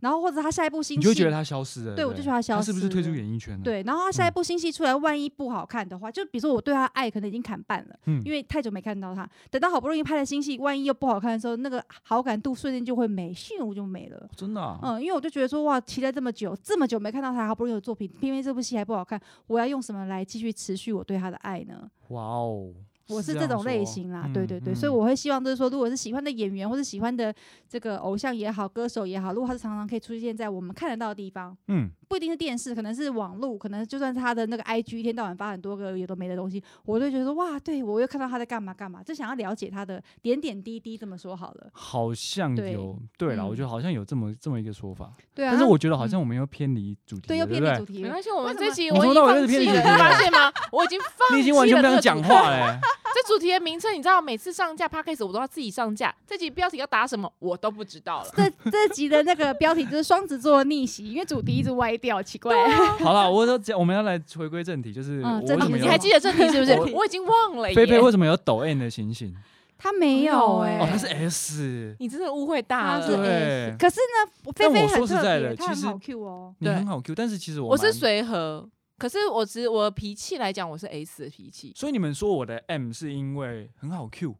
Speaker 2: 然后或者他下一部新戏，
Speaker 4: 你就会觉得他嗯消失了。
Speaker 2: 对我
Speaker 4: 不
Speaker 2: 就觉得他消
Speaker 4: 是不是退出
Speaker 2: 失
Speaker 4: 演艺圈了？，
Speaker 2: 对，然后他下一部新戏出来，万一不好看的话，就比如说我对他的爱可能已经砍半了，
Speaker 4: 嗯
Speaker 2: 因为太久没看到他，等到好不容易拍了新戏，万一又不好看的时候，那个好感度瞬间就会没，咻就没了。
Speaker 4: 真的啊，
Speaker 2: 嗯，因为我就觉得说，哇，期待这么久，这么久没看到他，好不容易有作品，偏偏这部戏还不好看，我要用什么来继续持续我对他的爱呢？
Speaker 4: 哇哦，
Speaker 2: 我是
Speaker 4: 这
Speaker 2: 这
Speaker 4: 样
Speaker 2: 种类
Speaker 4: 说
Speaker 2: 型啦，对对对，所以
Speaker 4: 嗯
Speaker 2: 我会希望就是说，如果是喜欢的演员或者喜欢的这个偶像也好，歌手也好，如果他是常常可以出现在我们看得到的地方，
Speaker 4: 嗯，
Speaker 2: 不一定是电视，可能是网络，可能就算是他的那个 IG 一天到晚发很多个有的没的东西，我就会觉得说哇，对我又看到他在干嘛干嘛，就想要了解他的点点滴滴，这么说好了。
Speaker 4: 好像
Speaker 2: 对
Speaker 4: 有，对了，我
Speaker 2: 嗯
Speaker 4: 觉得好像有这么这么一个说法，
Speaker 2: 对啊，
Speaker 4: 但是我哎觉得好
Speaker 2: 嗯
Speaker 4: 像我们又偏离主题
Speaker 2: 对
Speaker 4: 了，
Speaker 2: 又
Speaker 4: 对
Speaker 2: 偏
Speaker 4: 不
Speaker 2: 离主
Speaker 4: 对？
Speaker 2: 题
Speaker 3: 没
Speaker 2: 了，
Speaker 3: 关系，我们这集
Speaker 4: 你
Speaker 3: 我已经
Speaker 4: 从到尾
Speaker 3: 放
Speaker 4: 都是
Speaker 3: 弃
Speaker 4: 偏主
Speaker 3: 了，
Speaker 4: 题
Speaker 3: 你发
Speaker 4: 耶
Speaker 3: 现吗？我已 经放
Speaker 4: 你已经
Speaker 3: 弃
Speaker 4: 完全
Speaker 3: 了
Speaker 4: 不
Speaker 3: 这
Speaker 4: 想
Speaker 3: 个主
Speaker 4: 讲
Speaker 3: 题
Speaker 4: 话欸嘞，
Speaker 3: 这主题的名称，你知道，每次上架 podcast 我都要自己上架，这集标题要打什么我都不知道 了。
Speaker 2: 这这集的那个标题就是双子座的逆袭，因为主题一直歪掉，奇怪。
Speaker 3: 啊
Speaker 4: 好了，我都讲，我们要来回归正题，就是
Speaker 2: 嗯
Speaker 4: 我为
Speaker 2: 正
Speaker 4: 什
Speaker 2: 题
Speaker 4: 么
Speaker 2: 是
Speaker 3: 你
Speaker 4: 有
Speaker 3: 还记得正题是不是？
Speaker 4: 我
Speaker 3: 我已经忘了
Speaker 4: 菲菲
Speaker 3: 耶。
Speaker 4: 为什么有抖 M 的情形？
Speaker 2: 他没有哎、
Speaker 3: 哎
Speaker 4: 哦，他是 S，
Speaker 3: 你真的误会大
Speaker 2: 他是
Speaker 3: 了。
Speaker 4: 对
Speaker 2: S，可是呢，菲
Speaker 4: 但
Speaker 2: 菲
Speaker 4: 我
Speaker 2: 很
Speaker 4: 说实
Speaker 2: 特
Speaker 4: 在
Speaker 2: 别，
Speaker 4: 的
Speaker 2: 她
Speaker 4: 其
Speaker 2: 很
Speaker 4: 实
Speaker 2: 好 Q 哦。
Speaker 4: 你
Speaker 3: 对
Speaker 4: 很好 Q，但是其实我
Speaker 3: 我是
Speaker 4: 蛮
Speaker 3: 随和，可是我只我的脾气来讲，我是 S 的脾气，
Speaker 4: 所以你们说我的 M 是因为很好 Q，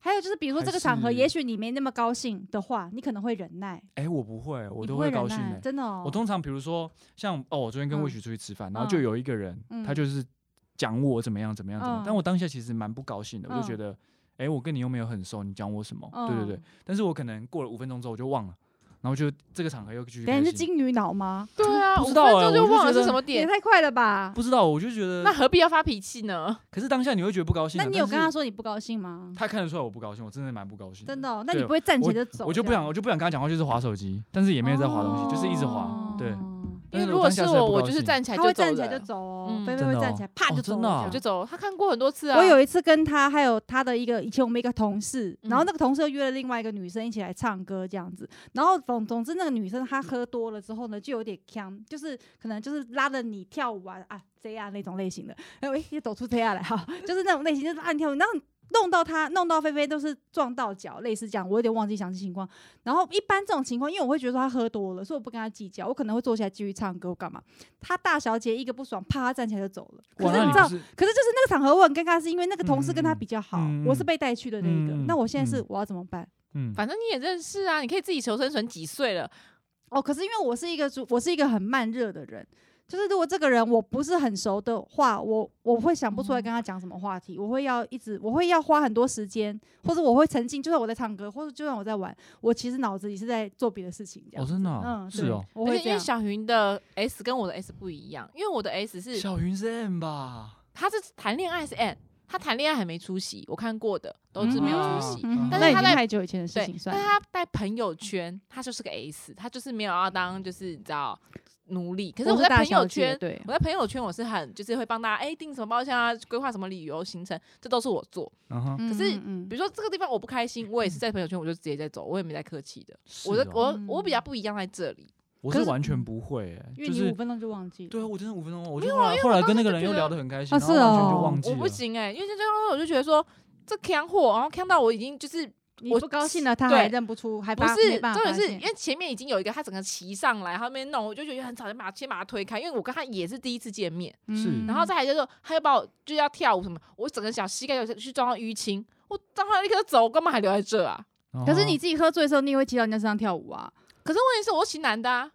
Speaker 2: 还有就是，比如说
Speaker 4: 还
Speaker 2: 这个场合，
Speaker 4: 是
Speaker 2: 也许你没那么高兴的话，你可能会忍耐，
Speaker 4: 哎、我不会，我
Speaker 2: 你
Speaker 4: 都
Speaker 2: 不会
Speaker 4: 会
Speaker 2: 忍
Speaker 4: 高兴
Speaker 2: 耐，
Speaker 4: 的、
Speaker 2: 真的哦。
Speaker 4: 我通常比如说像哦，我昨天跟
Speaker 2: 嗯
Speaker 4: 魏许出去吃饭，然后就
Speaker 2: 嗯
Speaker 4: 有一个人、他
Speaker 2: 嗯
Speaker 4: 就是讲我怎么样怎么样怎么样，但
Speaker 2: 嗯
Speaker 4: 我当下其实蛮不高兴的，我就觉
Speaker 2: 嗯
Speaker 4: 得哎、我跟你又没有很熟，你讲我什么？对对对
Speaker 2: 嗯，
Speaker 4: 但是我可能过了五分钟之后我就忘了，然后就这个场合又继
Speaker 2: 等
Speaker 4: 续
Speaker 2: 下
Speaker 4: 开
Speaker 2: 你是金
Speaker 4: 心。
Speaker 2: 鱼脑吗？
Speaker 3: 对啊，
Speaker 4: 不
Speaker 3: 五
Speaker 4: 知
Speaker 3: 分
Speaker 4: 道欸
Speaker 3: 钟就
Speaker 4: 我就
Speaker 3: 忘了
Speaker 4: 觉
Speaker 3: 是
Speaker 4: 得
Speaker 3: 什么
Speaker 2: 也
Speaker 3: 点，
Speaker 2: 太快了吧！
Speaker 4: 不知道，我就觉得
Speaker 3: 那，何必要发脾气呢？
Speaker 4: 可是当下你会觉得不高兴、啊。
Speaker 2: 那你有
Speaker 4: 但
Speaker 2: 跟他
Speaker 4: 是
Speaker 2: 说你不高兴吗？
Speaker 4: 他看得出来我不高兴，我真的蛮不高兴的。
Speaker 2: 真的哦、那你
Speaker 4: 对
Speaker 2: 不会站起来就走？
Speaker 4: 我就不想，我就不想跟他讲话，就是划手机，但是也没有在划东西，就是一直划。
Speaker 2: 哦
Speaker 4: 对
Speaker 3: 因
Speaker 4: 但
Speaker 3: 为
Speaker 4: 是
Speaker 3: 如果
Speaker 4: 当
Speaker 3: 是我，
Speaker 4: 下很不
Speaker 3: 我
Speaker 4: 高
Speaker 3: 就是
Speaker 4: 兴，
Speaker 3: 站起来
Speaker 2: 他
Speaker 3: 就
Speaker 2: 会
Speaker 3: 走
Speaker 2: 站
Speaker 3: 人
Speaker 2: 起来就走哦，
Speaker 3: 嗯
Speaker 2: 菲菲
Speaker 4: 真
Speaker 2: 会
Speaker 4: 的
Speaker 2: 站
Speaker 4: 哦
Speaker 2: 起来，啪就
Speaker 4: 哦真
Speaker 2: 走
Speaker 4: 的
Speaker 2: 了
Speaker 4: 哦
Speaker 2: 这
Speaker 3: 我
Speaker 2: 样
Speaker 3: 就走。他看过很多次啊，
Speaker 2: 我有一次跟他还有他的一个以前我们一个同事，然后
Speaker 3: 嗯
Speaker 2: 那个同事又约了另外一个女生一起来唱歌这样子，然后总总之那个女生她喝多了之后呢，就有点呛，就是可能就是拉着你跳舞啊啊 Z 啊那种类型的，哎喂，也走出 Z 啊来哈，就是那种类型就是暗跳舞，然后弄到她弄到菲菲都是撞到脚，类似这样，我有点忘记详细情况。然后一般这种情况，因为我会觉得说她喝多了，所以我不跟她计较，我可能会坐下来继续唱歌或干嘛。她大小姐一个不爽，啪她站起来就走了。可
Speaker 4: 哇，
Speaker 2: 是
Speaker 4: 那
Speaker 2: 你
Speaker 4: 你
Speaker 2: 知道
Speaker 4: 不，是
Speaker 2: 可是就是那个场合我很尴尬，是因为那个同事跟他比较好，
Speaker 4: 嗯嗯嗯
Speaker 2: 我是被带去的那一个。
Speaker 4: 嗯嗯
Speaker 2: 那我现在是
Speaker 4: 嗯
Speaker 2: 我要怎么办？
Speaker 4: 嗯，
Speaker 3: 反正你也认识啊，你可以自己求生存。几岁了？
Speaker 2: 哦，可是因为我是一个主我是一个很慢热的人，就是如果这个人我不是很熟的话，我我会想不出来跟他讲什么话题，我会要一直我会要花很多时间，或者我会沉浸，就算我在唱歌，或者就算我在玩，我其实脑子里是在做别的事情这
Speaker 4: 哦，
Speaker 2: 样。
Speaker 4: 真的啊，
Speaker 2: 嗯，
Speaker 4: 是
Speaker 2: 对
Speaker 4: 哦。
Speaker 2: 我
Speaker 3: 而
Speaker 2: 会这
Speaker 3: 且因为
Speaker 2: 样。
Speaker 3: 小云的 S 跟我的 S 不一样，因为我的 S 是
Speaker 4: 小云是 M 吧？
Speaker 3: 他是谈恋爱是 N，他谈恋爱还没出席，我看过的都是没有出席。
Speaker 2: 嗯，
Speaker 3: 但
Speaker 2: 那
Speaker 3: 是
Speaker 2: 已
Speaker 3: 他
Speaker 2: 经
Speaker 3: 在
Speaker 2: 太久以前的事
Speaker 3: 对
Speaker 2: 情，算
Speaker 3: 但
Speaker 2: 了。
Speaker 3: 是他在朋友圈，他就是个 S，他就是没有要当就是你知道奴隶。可是
Speaker 2: 我
Speaker 3: 我在
Speaker 2: 大
Speaker 3: 朋
Speaker 2: 小
Speaker 3: 友
Speaker 2: 姐
Speaker 3: 圈，
Speaker 2: 对，
Speaker 3: 我在朋友圈我是很就是会帮大家哎订什么包厢啊，规划什么旅游行程，这都是我做。
Speaker 4: 嗯哼，
Speaker 2: 可
Speaker 3: 是
Speaker 2: 嗯
Speaker 3: 比如说这个地方我不开心，我也是在朋友圈我就直接在走，我也没在客气的。
Speaker 4: 是
Speaker 3: 我的
Speaker 4: 哦
Speaker 3: 我我
Speaker 2: 嗯
Speaker 3: 比较不一样在这里，
Speaker 4: 我
Speaker 2: 可
Speaker 4: 是
Speaker 2: 是
Speaker 4: 完全不会，哎，
Speaker 2: 因为
Speaker 4: 就
Speaker 2: 你五
Speaker 4: 是
Speaker 2: 分钟就忘记了。
Speaker 4: 对啊，我真的五分钟，我就后来后来跟那个人又聊得很开心，
Speaker 2: 啊
Speaker 4: 然后
Speaker 2: 是
Speaker 4: 完全
Speaker 2: 哦
Speaker 4: 就忘记
Speaker 3: 我
Speaker 4: 了。
Speaker 3: 不行哎、因为这样我就觉得说这坑货，然后坑到我已经就是
Speaker 2: 你
Speaker 3: 我
Speaker 2: 不高兴了，他
Speaker 3: 对
Speaker 2: 还认不出，还
Speaker 3: 不
Speaker 2: 发
Speaker 3: 是
Speaker 2: 没办
Speaker 3: 重
Speaker 2: 法
Speaker 3: 点
Speaker 2: 发
Speaker 3: 是
Speaker 2: 现
Speaker 3: 因为前面已经有一个他整个骑上来，他那边弄，我就觉得很吵，就把他先把他推开，因为我跟他也是第一次见面，
Speaker 4: 是
Speaker 2: 嗯
Speaker 3: 然后再来就是他又把我就要跳舞什么，我整个小膝盖有去撞到淤青，我当他立刻走，我干嘛还留在这啊？
Speaker 4: 嗯哼，
Speaker 2: 可是你自己喝醉的时候，你也会骑到人家身上跳舞啊，
Speaker 3: 可是问题是我骑男的啊，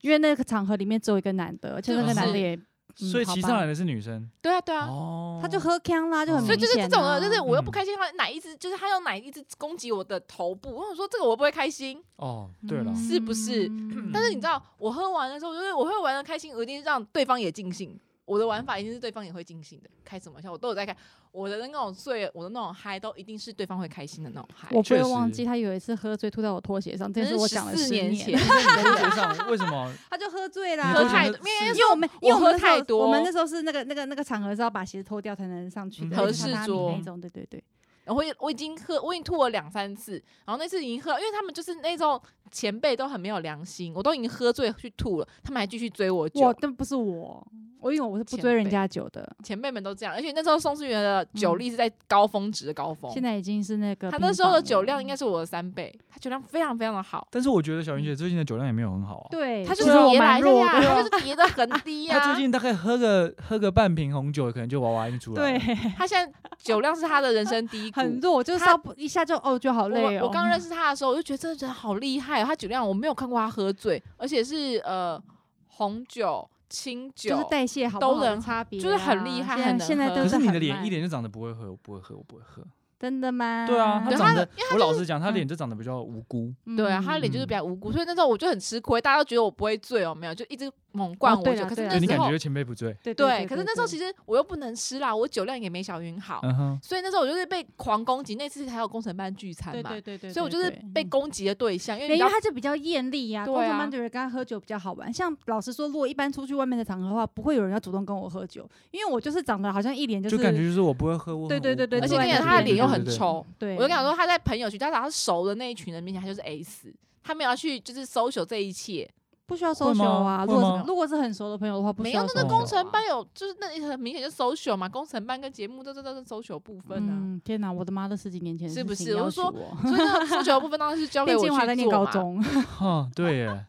Speaker 2: 因为那个场合里面只有一个男的，而且那个
Speaker 4: 就
Speaker 2: 男的
Speaker 3: 是
Speaker 2: 也，嗯
Speaker 4: 所以
Speaker 2: 好
Speaker 4: 骑
Speaker 2: 吧
Speaker 4: 上来的是女生
Speaker 3: 对啊对啊，
Speaker 4: 哦，
Speaker 2: 他就喝呛啦，就很
Speaker 4: 嗯
Speaker 2: 明
Speaker 3: 所以就是这
Speaker 2: 显
Speaker 3: 种
Speaker 2: 啊
Speaker 3: 的，就是我又
Speaker 4: 嗯
Speaker 3: 不开心，他哪一只就是他用哪一只攻击我的头部，我想说这个我不会开心。
Speaker 4: 哦，对了，
Speaker 3: 是不是？
Speaker 2: 嗯
Speaker 3: 但是你知道，我喝完的时候，就是我会玩的开心，我一定让对方也尽兴。我的玩法一定是对方也会尽兴的，开什么玩笑我都有在开。我的那种醉，我的那种嗨，都一定是对方会开心的那种嗨。
Speaker 2: 我不会
Speaker 4: 哎确
Speaker 2: 忘
Speaker 4: 实
Speaker 2: 记他有一次喝醉吐在我拖鞋上，这件事我讲了
Speaker 3: 四
Speaker 2: 十
Speaker 3: 年前，
Speaker 4: 拖鞋上为什么？
Speaker 2: 他就喝醉啦，
Speaker 4: 你
Speaker 3: 喝
Speaker 4: 拖鞋
Speaker 3: 太
Speaker 4: 上
Speaker 3: 多，因为
Speaker 2: 因为我们因为
Speaker 3: 我
Speaker 2: 我们
Speaker 3: 喝
Speaker 2: 那时候
Speaker 3: 太多
Speaker 2: 我们那时候是那个那个那个场合是要把鞋子脱掉才能上去的，
Speaker 4: 嗯
Speaker 2: 那个榻
Speaker 4: 合适
Speaker 2: 榻米
Speaker 3: 桌
Speaker 2: 那种，对对对，
Speaker 3: 我会我已经喝，我已经吐了两三次，然后那次已经喝，因为他们就是那种前辈都很没有良心，我都已经喝醉去吐了，他们还继续追我酒。
Speaker 2: 我但不是我，我因为我是不
Speaker 3: 前
Speaker 2: 追人
Speaker 3: 辈
Speaker 2: 家酒的，
Speaker 3: 前辈们都这样，而且那时候宋思源的酒力是在高峰值的高峰，
Speaker 2: 嗯现在已经是那个
Speaker 3: 哦他
Speaker 2: 冰
Speaker 3: 那时候的
Speaker 2: 棒
Speaker 3: 酒
Speaker 2: 了嗯
Speaker 3: 量应该是我的三倍，他酒量非常非常的好，
Speaker 4: 但是我觉得小云姐最近的酒量也没有很好啊。
Speaker 2: 嗯对，
Speaker 3: 他就
Speaker 2: 其
Speaker 3: 是
Speaker 2: 实我
Speaker 3: 叠来
Speaker 2: 蛮
Speaker 3: 的
Speaker 2: 弱
Speaker 3: 呀，
Speaker 2: 的，
Speaker 3: 他就是叠 的很低呀、
Speaker 4: 她最近大概喝个喝个半瓶红酒，可能就娃娃音出来了。
Speaker 2: 对，
Speaker 3: 他现在酒量是他的人生低 谷。
Speaker 2: 很弱，就是
Speaker 3: 他
Speaker 2: 稍不一下就哦，就好累哦。
Speaker 3: 我我刚认识他的时候，我就觉得这个人好厉害、哦，他酒量我没有看过他喝醉，而且是呃红酒、清酒，
Speaker 2: 就是代谢好不
Speaker 3: 都
Speaker 2: 好的
Speaker 3: 能
Speaker 2: 差别啊，
Speaker 3: 就是很厉害
Speaker 2: 现在
Speaker 3: 很能
Speaker 2: 现在
Speaker 3: 喝
Speaker 2: 都
Speaker 4: 可是你的
Speaker 2: 很
Speaker 4: 脸
Speaker 2: 慢嗯
Speaker 4: 一脸就长得不会喝，我不会喝，我不会喝。
Speaker 2: 真的吗？
Speaker 4: 对啊，她
Speaker 3: 对
Speaker 4: 长
Speaker 3: 她
Speaker 4: 得，我老实讲，她
Speaker 2: 嗯
Speaker 4: 脸就长得比较无辜。
Speaker 3: 对啊，他的脸就是比较无辜，所以那时候我就很吃亏，大家都觉得我不会醉哦，没有，就一直猛灌
Speaker 2: 哦
Speaker 3: 我
Speaker 2: 对
Speaker 3: 酒。
Speaker 2: 啦
Speaker 3: 可是
Speaker 2: 对啦
Speaker 4: 对
Speaker 3: 那
Speaker 4: 你
Speaker 3: 时
Speaker 4: 感
Speaker 3: 候
Speaker 4: 觉就前辈不醉。
Speaker 2: 对
Speaker 3: 对，可是那时候其
Speaker 2: 实
Speaker 3: 实我又不能吃辣，我酒量也没小云好，
Speaker 4: 嗯哼，
Speaker 3: 所以那时候我就是被狂攻击。那次还有工程班聚餐
Speaker 2: 对
Speaker 3: 嘛
Speaker 2: 对，对对，
Speaker 3: 所以我就是
Speaker 2: 对嗯
Speaker 3: 被。攻击的对象，因为
Speaker 2: 对因
Speaker 3: 你知
Speaker 2: 为
Speaker 3: 道
Speaker 2: 他就比较艳丽呀，
Speaker 3: 对
Speaker 2: 工作
Speaker 3: 啊
Speaker 2: 班的人跟他喝酒比较好玩。像老实说，如果一般出去外面的场合的话，不会有人要主动跟我喝酒，因为我就是长得好像一脸
Speaker 4: 就感觉
Speaker 2: 是
Speaker 4: 就是我不会喝，我
Speaker 2: 对
Speaker 4: 很
Speaker 2: 对
Speaker 4: 无
Speaker 2: 对对
Speaker 4: 辜
Speaker 3: 而且
Speaker 2: 突
Speaker 3: 跟
Speaker 2: 然
Speaker 3: 你
Speaker 2: 之
Speaker 3: 讲，他的
Speaker 2: 间
Speaker 3: 脸又
Speaker 2: 就
Speaker 3: 很。臭。
Speaker 2: 对，
Speaker 3: 哦我就跟你说，他在朋友圈，他找他熟的那一群人面前，他就是 S，他没有要去就是搜求这一切。
Speaker 2: 不需要
Speaker 4: 会
Speaker 2: 搜酒啊。
Speaker 4: 吗
Speaker 2: 如
Speaker 4: 会
Speaker 2: 果
Speaker 4: 吗
Speaker 2: 是如果是很熟的朋友的话，不需
Speaker 3: 没
Speaker 2: 要
Speaker 3: 有
Speaker 2: 搜
Speaker 3: 那
Speaker 2: 酒啊。
Speaker 3: 个
Speaker 4: 搜
Speaker 3: 工
Speaker 4: 求
Speaker 3: 程班有，就是那很明显就搜求嘛，工程班跟节目都都都是搜求部分啊。
Speaker 2: 嗯，天哪，我的妈，都十几年前的
Speaker 3: 是不
Speaker 2: 事
Speaker 3: 是
Speaker 2: 情
Speaker 3: 我
Speaker 2: 要
Speaker 3: 是
Speaker 2: 求
Speaker 3: 所以那个搜求的部分当然是交给
Speaker 2: 练
Speaker 3: 我
Speaker 2: 清华在
Speaker 3: 去
Speaker 2: 念高
Speaker 3: 做嘛。
Speaker 2: 中，
Speaker 4: 哈，对耶，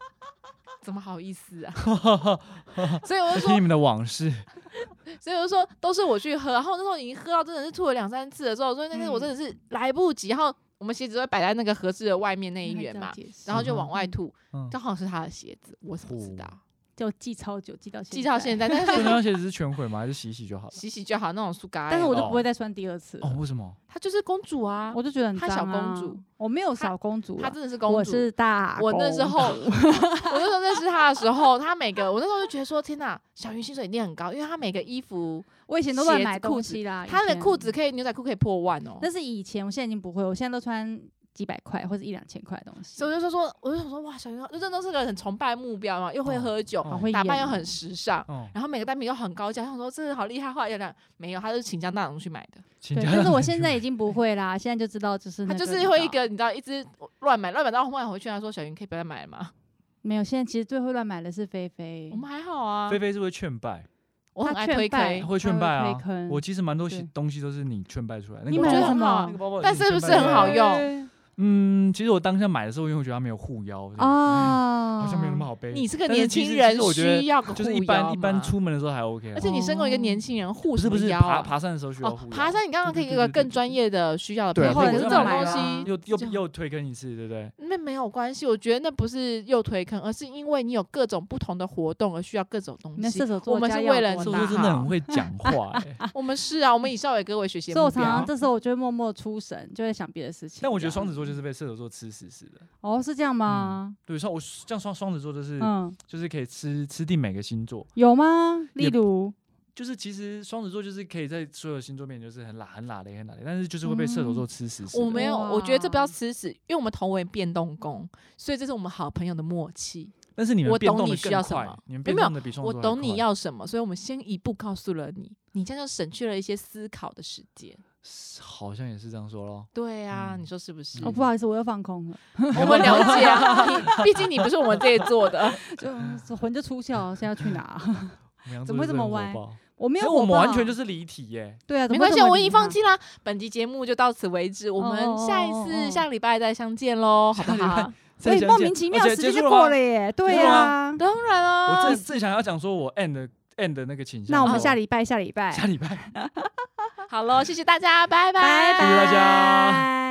Speaker 3: 怎么好意思啊？ 所以我就
Speaker 4: 听你
Speaker 3: 说，
Speaker 4: 们的往 事，
Speaker 3: 所以我就说都是我去喝，然后那时候已经喝到真的是吐了两三次的时候，所以那天我真的
Speaker 2: 嗯
Speaker 3: 是来不及，然后我们鞋子都会摆在那个盒子的外面 那一
Speaker 2: 原
Speaker 3: 缘嘛，
Speaker 2: 然
Speaker 3: 然
Speaker 2: 后
Speaker 3: 后就往外吐，
Speaker 4: 嗯，
Speaker 3: 刚好是他的鞋子，我怎么知道？
Speaker 2: 就记超久，记到
Speaker 3: 记到现
Speaker 2: 在，
Speaker 3: 在，但
Speaker 4: 这
Speaker 3: 是
Speaker 4: 双鞋子是全毁吗？还是洗洗就好了？
Speaker 3: 洗洗就好，那种苏嘎欸，
Speaker 2: 但是我就不
Speaker 4: 哦
Speaker 2: 会再穿第二次了，
Speaker 4: 哦，为什么？
Speaker 3: 她就是公主啊，
Speaker 2: 我就觉得很
Speaker 3: 她
Speaker 2: 脏
Speaker 3: 小公
Speaker 2: 啊
Speaker 3: 主，
Speaker 2: 我没有
Speaker 3: 她
Speaker 2: 小公主
Speaker 3: 她
Speaker 2: 啊，
Speaker 3: 真的是公主。
Speaker 2: 我是大公
Speaker 3: 我
Speaker 2: 主，
Speaker 3: 那时候， 我那时候认识她的时候，她每个我那时候就觉得说，天哪，小云薪水一定很高，因为她每个衣服，
Speaker 2: 我以前都乱
Speaker 3: 鞋
Speaker 2: 买
Speaker 3: 子裤
Speaker 2: 东
Speaker 3: 子
Speaker 2: 西啦，以
Speaker 3: 她的
Speaker 2: 前
Speaker 3: 裤子可以牛仔裤可以破万哦。
Speaker 2: 那是以前，我现在已经不会，我现在都穿几百块或者一两千块的东西
Speaker 3: 所，以我就说说，我就想说，哇，小云就真的是个很崇拜的目标嘛，又会
Speaker 4: 哦
Speaker 3: 喝酒，
Speaker 4: 哦
Speaker 2: 好会
Speaker 3: 打扮
Speaker 2: 演
Speaker 3: 又
Speaker 2: 哦
Speaker 3: 很时尚，
Speaker 4: 哦，
Speaker 3: 然后每个单品又很高价，想说这个好厉害，后来有点没有，她就是请江大龙去买的，
Speaker 4: 请
Speaker 2: 对，
Speaker 4: 家
Speaker 2: 但是
Speaker 4: 长
Speaker 2: 我
Speaker 4: 去
Speaker 2: 现在已经不会啦，现在就知道就是
Speaker 3: 她
Speaker 2: 那
Speaker 3: 就是
Speaker 2: 你知
Speaker 3: 会
Speaker 2: 道
Speaker 3: 一个你知道一直乱买，乱买到后来回去，她说小云可以不要再买了吗？
Speaker 2: 没有，现在其实最会乱买的是菲菲
Speaker 3: 我，们还好啊，
Speaker 4: 菲菲是会劝败，
Speaker 3: 我很
Speaker 2: 她
Speaker 3: 爱
Speaker 2: 劝
Speaker 3: 推
Speaker 2: 败
Speaker 3: 开
Speaker 4: 她，会劝
Speaker 2: 会
Speaker 4: 败
Speaker 2: 推
Speaker 4: 啊。
Speaker 3: 嗯
Speaker 2: 坑
Speaker 4: 我其实蛮多
Speaker 2: 对
Speaker 4: 东西都是你劝败出来的。那
Speaker 2: 你
Speaker 4: 个
Speaker 2: 买
Speaker 4: 包
Speaker 2: 了
Speaker 3: 觉得
Speaker 2: 什
Speaker 3: 很好
Speaker 4: 那
Speaker 2: 么
Speaker 4: 个？包包，
Speaker 3: 啊但是不是很好用
Speaker 4: 嗯，其实我当下买的时候，因为我觉得它没有护腰，啊，
Speaker 2: 啊，
Speaker 4: 好像没有那么好背。
Speaker 3: 哦你是个
Speaker 4: 但是
Speaker 3: 年
Speaker 4: 其实
Speaker 3: 轻
Speaker 4: 其
Speaker 3: 人
Speaker 4: 实我觉得
Speaker 3: 需要个
Speaker 4: 就是一
Speaker 3: 护腰
Speaker 4: 般一般
Speaker 3: 嘛
Speaker 4: 出门的时候还 OK 啦。
Speaker 3: 而且你身为一个年轻人，护
Speaker 4: 不
Speaker 3: 什
Speaker 4: 是
Speaker 3: 么
Speaker 4: 不是
Speaker 3: 腰
Speaker 4: 爬
Speaker 3: 啊？
Speaker 4: 爬山的时候需要
Speaker 3: 哦
Speaker 4: 护，腰
Speaker 3: 爬山你刚刚可
Speaker 4: 对
Speaker 3: 以
Speaker 4: 对
Speaker 3: 有
Speaker 4: 对
Speaker 3: 个
Speaker 4: 对
Speaker 3: 更
Speaker 4: 对
Speaker 3: 专业的需要的
Speaker 4: 对
Speaker 3: 配
Speaker 4: 啊
Speaker 3: 合，
Speaker 4: 对
Speaker 3: 可是
Speaker 4: 我
Speaker 3: 这
Speaker 4: 就
Speaker 3: 种
Speaker 4: 买
Speaker 3: 东
Speaker 2: 了啊
Speaker 3: 西
Speaker 4: 又又
Speaker 3: 这样
Speaker 4: 又推坑一次，对不对？
Speaker 3: 那没有关系。我觉得那不是又推坑，而是因为你有各种不同的活动而需要各种东
Speaker 2: 那
Speaker 3: 西
Speaker 2: 射。手座
Speaker 3: 我们
Speaker 2: 家
Speaker 3: 是
Speaker 2: 要
Speaker 3: 为了
Speaker 2: 多
Speaker 3: 做
Speaker 4: 我
Speaker 2: 大
Speaker 4: 说真的
Speaker 3: 好
Speaker 4: 很会讲话 欸
Speaker 3: 我们是啊，我们以少伟哥为学习
Speaker 2: 所以
Speaker 3: 目
Speaker 2: 我常常
Speaker 3: 标。
Speaker 2: 这时候我就会默默出神，就在想别的事情。
Speaker 4: 但我觉得
Speaker 2: 这
Speaker 4: 双
Speaker 2: 样
Speaker 4: 子座就是被射手座吃死死的。
Speaker 2: 哦是这样吗？
Speaker 4: 对，像我像双双子座就是
Speaker 2: 嗯，
Speaker 4: 就是可以吃吃定每个星座，
Speaker 2: 有吗？例
Speaker 4: 也
Speaker 2: 如
Speaker 4: 就是其实双子座就是可以在所有星座面前就是很拉很拉的很拉的，但是就是会被射手座吃死
Speaker 2: 嗯
Speaker 4: 死的。
Speaker 3: 我没有，
Speaker 2: 哇
Speaker 3: 我觉得这不叫吃屎，因为我们同为变动宫，所以这是我们好朋友的默契。
Speaker 4: 但是你们
Speaker 3: 我
Speaker 4: 变
Speaker 3: 懂
Speaker 4: 动
Speaker 3: 你
Speaker 4: 的
Speaker 3: 需
Speaker 4: 更
Speaker 3: 要什
Speaker 4: 快
Speaker 3: 么，
Speaker 4: 你们
Speaker 3: 没有
Speaker 4: 变动的比双子
Speaker 3: 我
Speaker 4: 座还
Speaker 3: 懂你
Speaker 4: 快
Speaker 3: 要什么，所以我们先一步告诉了你，你这样就省去了一些思考的时间。
Speaker 4: 好像也是这样说咯。
Speaker 3: 对啊，
Speaker 4: 嗯
Speaker 3: 你说是不是？
Speaker 2: 哦 不好 意思，我又放空了，
Speaker 3: 我们了解啊，你毕竟你不是我们这一 座的。
Speaker 2: 就 魂就出窍了，现在要去哪？
Speaker 4: 母羊
Speaker 2: 怎么会这么
Speaker 4: 座就是很火
Speaker 2: 歪
Speaker 4: 爆
Speaker 2: 我没
Speaker 4: 因
Speaker 2: 有
Speaker 4: 为
Speaker 2: 火
Speaker 4: 我
Speaker 2: 爆，
Speaker 4: 们完全就是离题耶。
Speaker 2: 对啊，怎
Speaker 3: 没
Speaker 2: 么会
Speaker 3: 关系，
Speaker 2: 这么
Speaker 3: 我已
Speaker 2: 理
Speaker 3: 经放
Speaker 2: 他
Speaker 3: 弃啦。本期节目就到此为止，我
Speaker 2: 哦哦
Speaker 3: 们
Speaker 2: 哦
Speaker 3: 下一
Speaker 2: 哦哦
Speaker 3: 次下个礼拜再相见喽，好不 好？
Speaker 2: 所以
Speaker 4: 再
Speaker 2: 哎莫
Speaker 4: 讲
Speaker 2: 名
Speaker 4: 解
Speaker 2: 其
Speaker 4: 哦
Speaker 2: 妙
Speaker 4: 结
Speaker 2: 时间
Speaker 4: 结
Speaker 2: 就
Speaker 4: 束了
Speaker 2: 过
Speaker 4: 吗
Speaker 2: 了耶，对
Speaker 4: 束了
Speaker 2: 呀
Speaker 4: 吗。
Speaker 3: 当然
Speaker 4: 我
Speaker 3: 啊
Speaker 4: 正，正想要讲说我 end 的 end 的那个倾向。
Speaker 2: 那我们
Speaker 4: 哦
Speaker 2: 下礼 拜，下礼拜，
Speaker 4: 下礼拜。
Speaker 3: 好喽，谢谢大家，拜
Speaker 2: 拜
Speaker 4: 谢谢大家
Speaker 2: 拜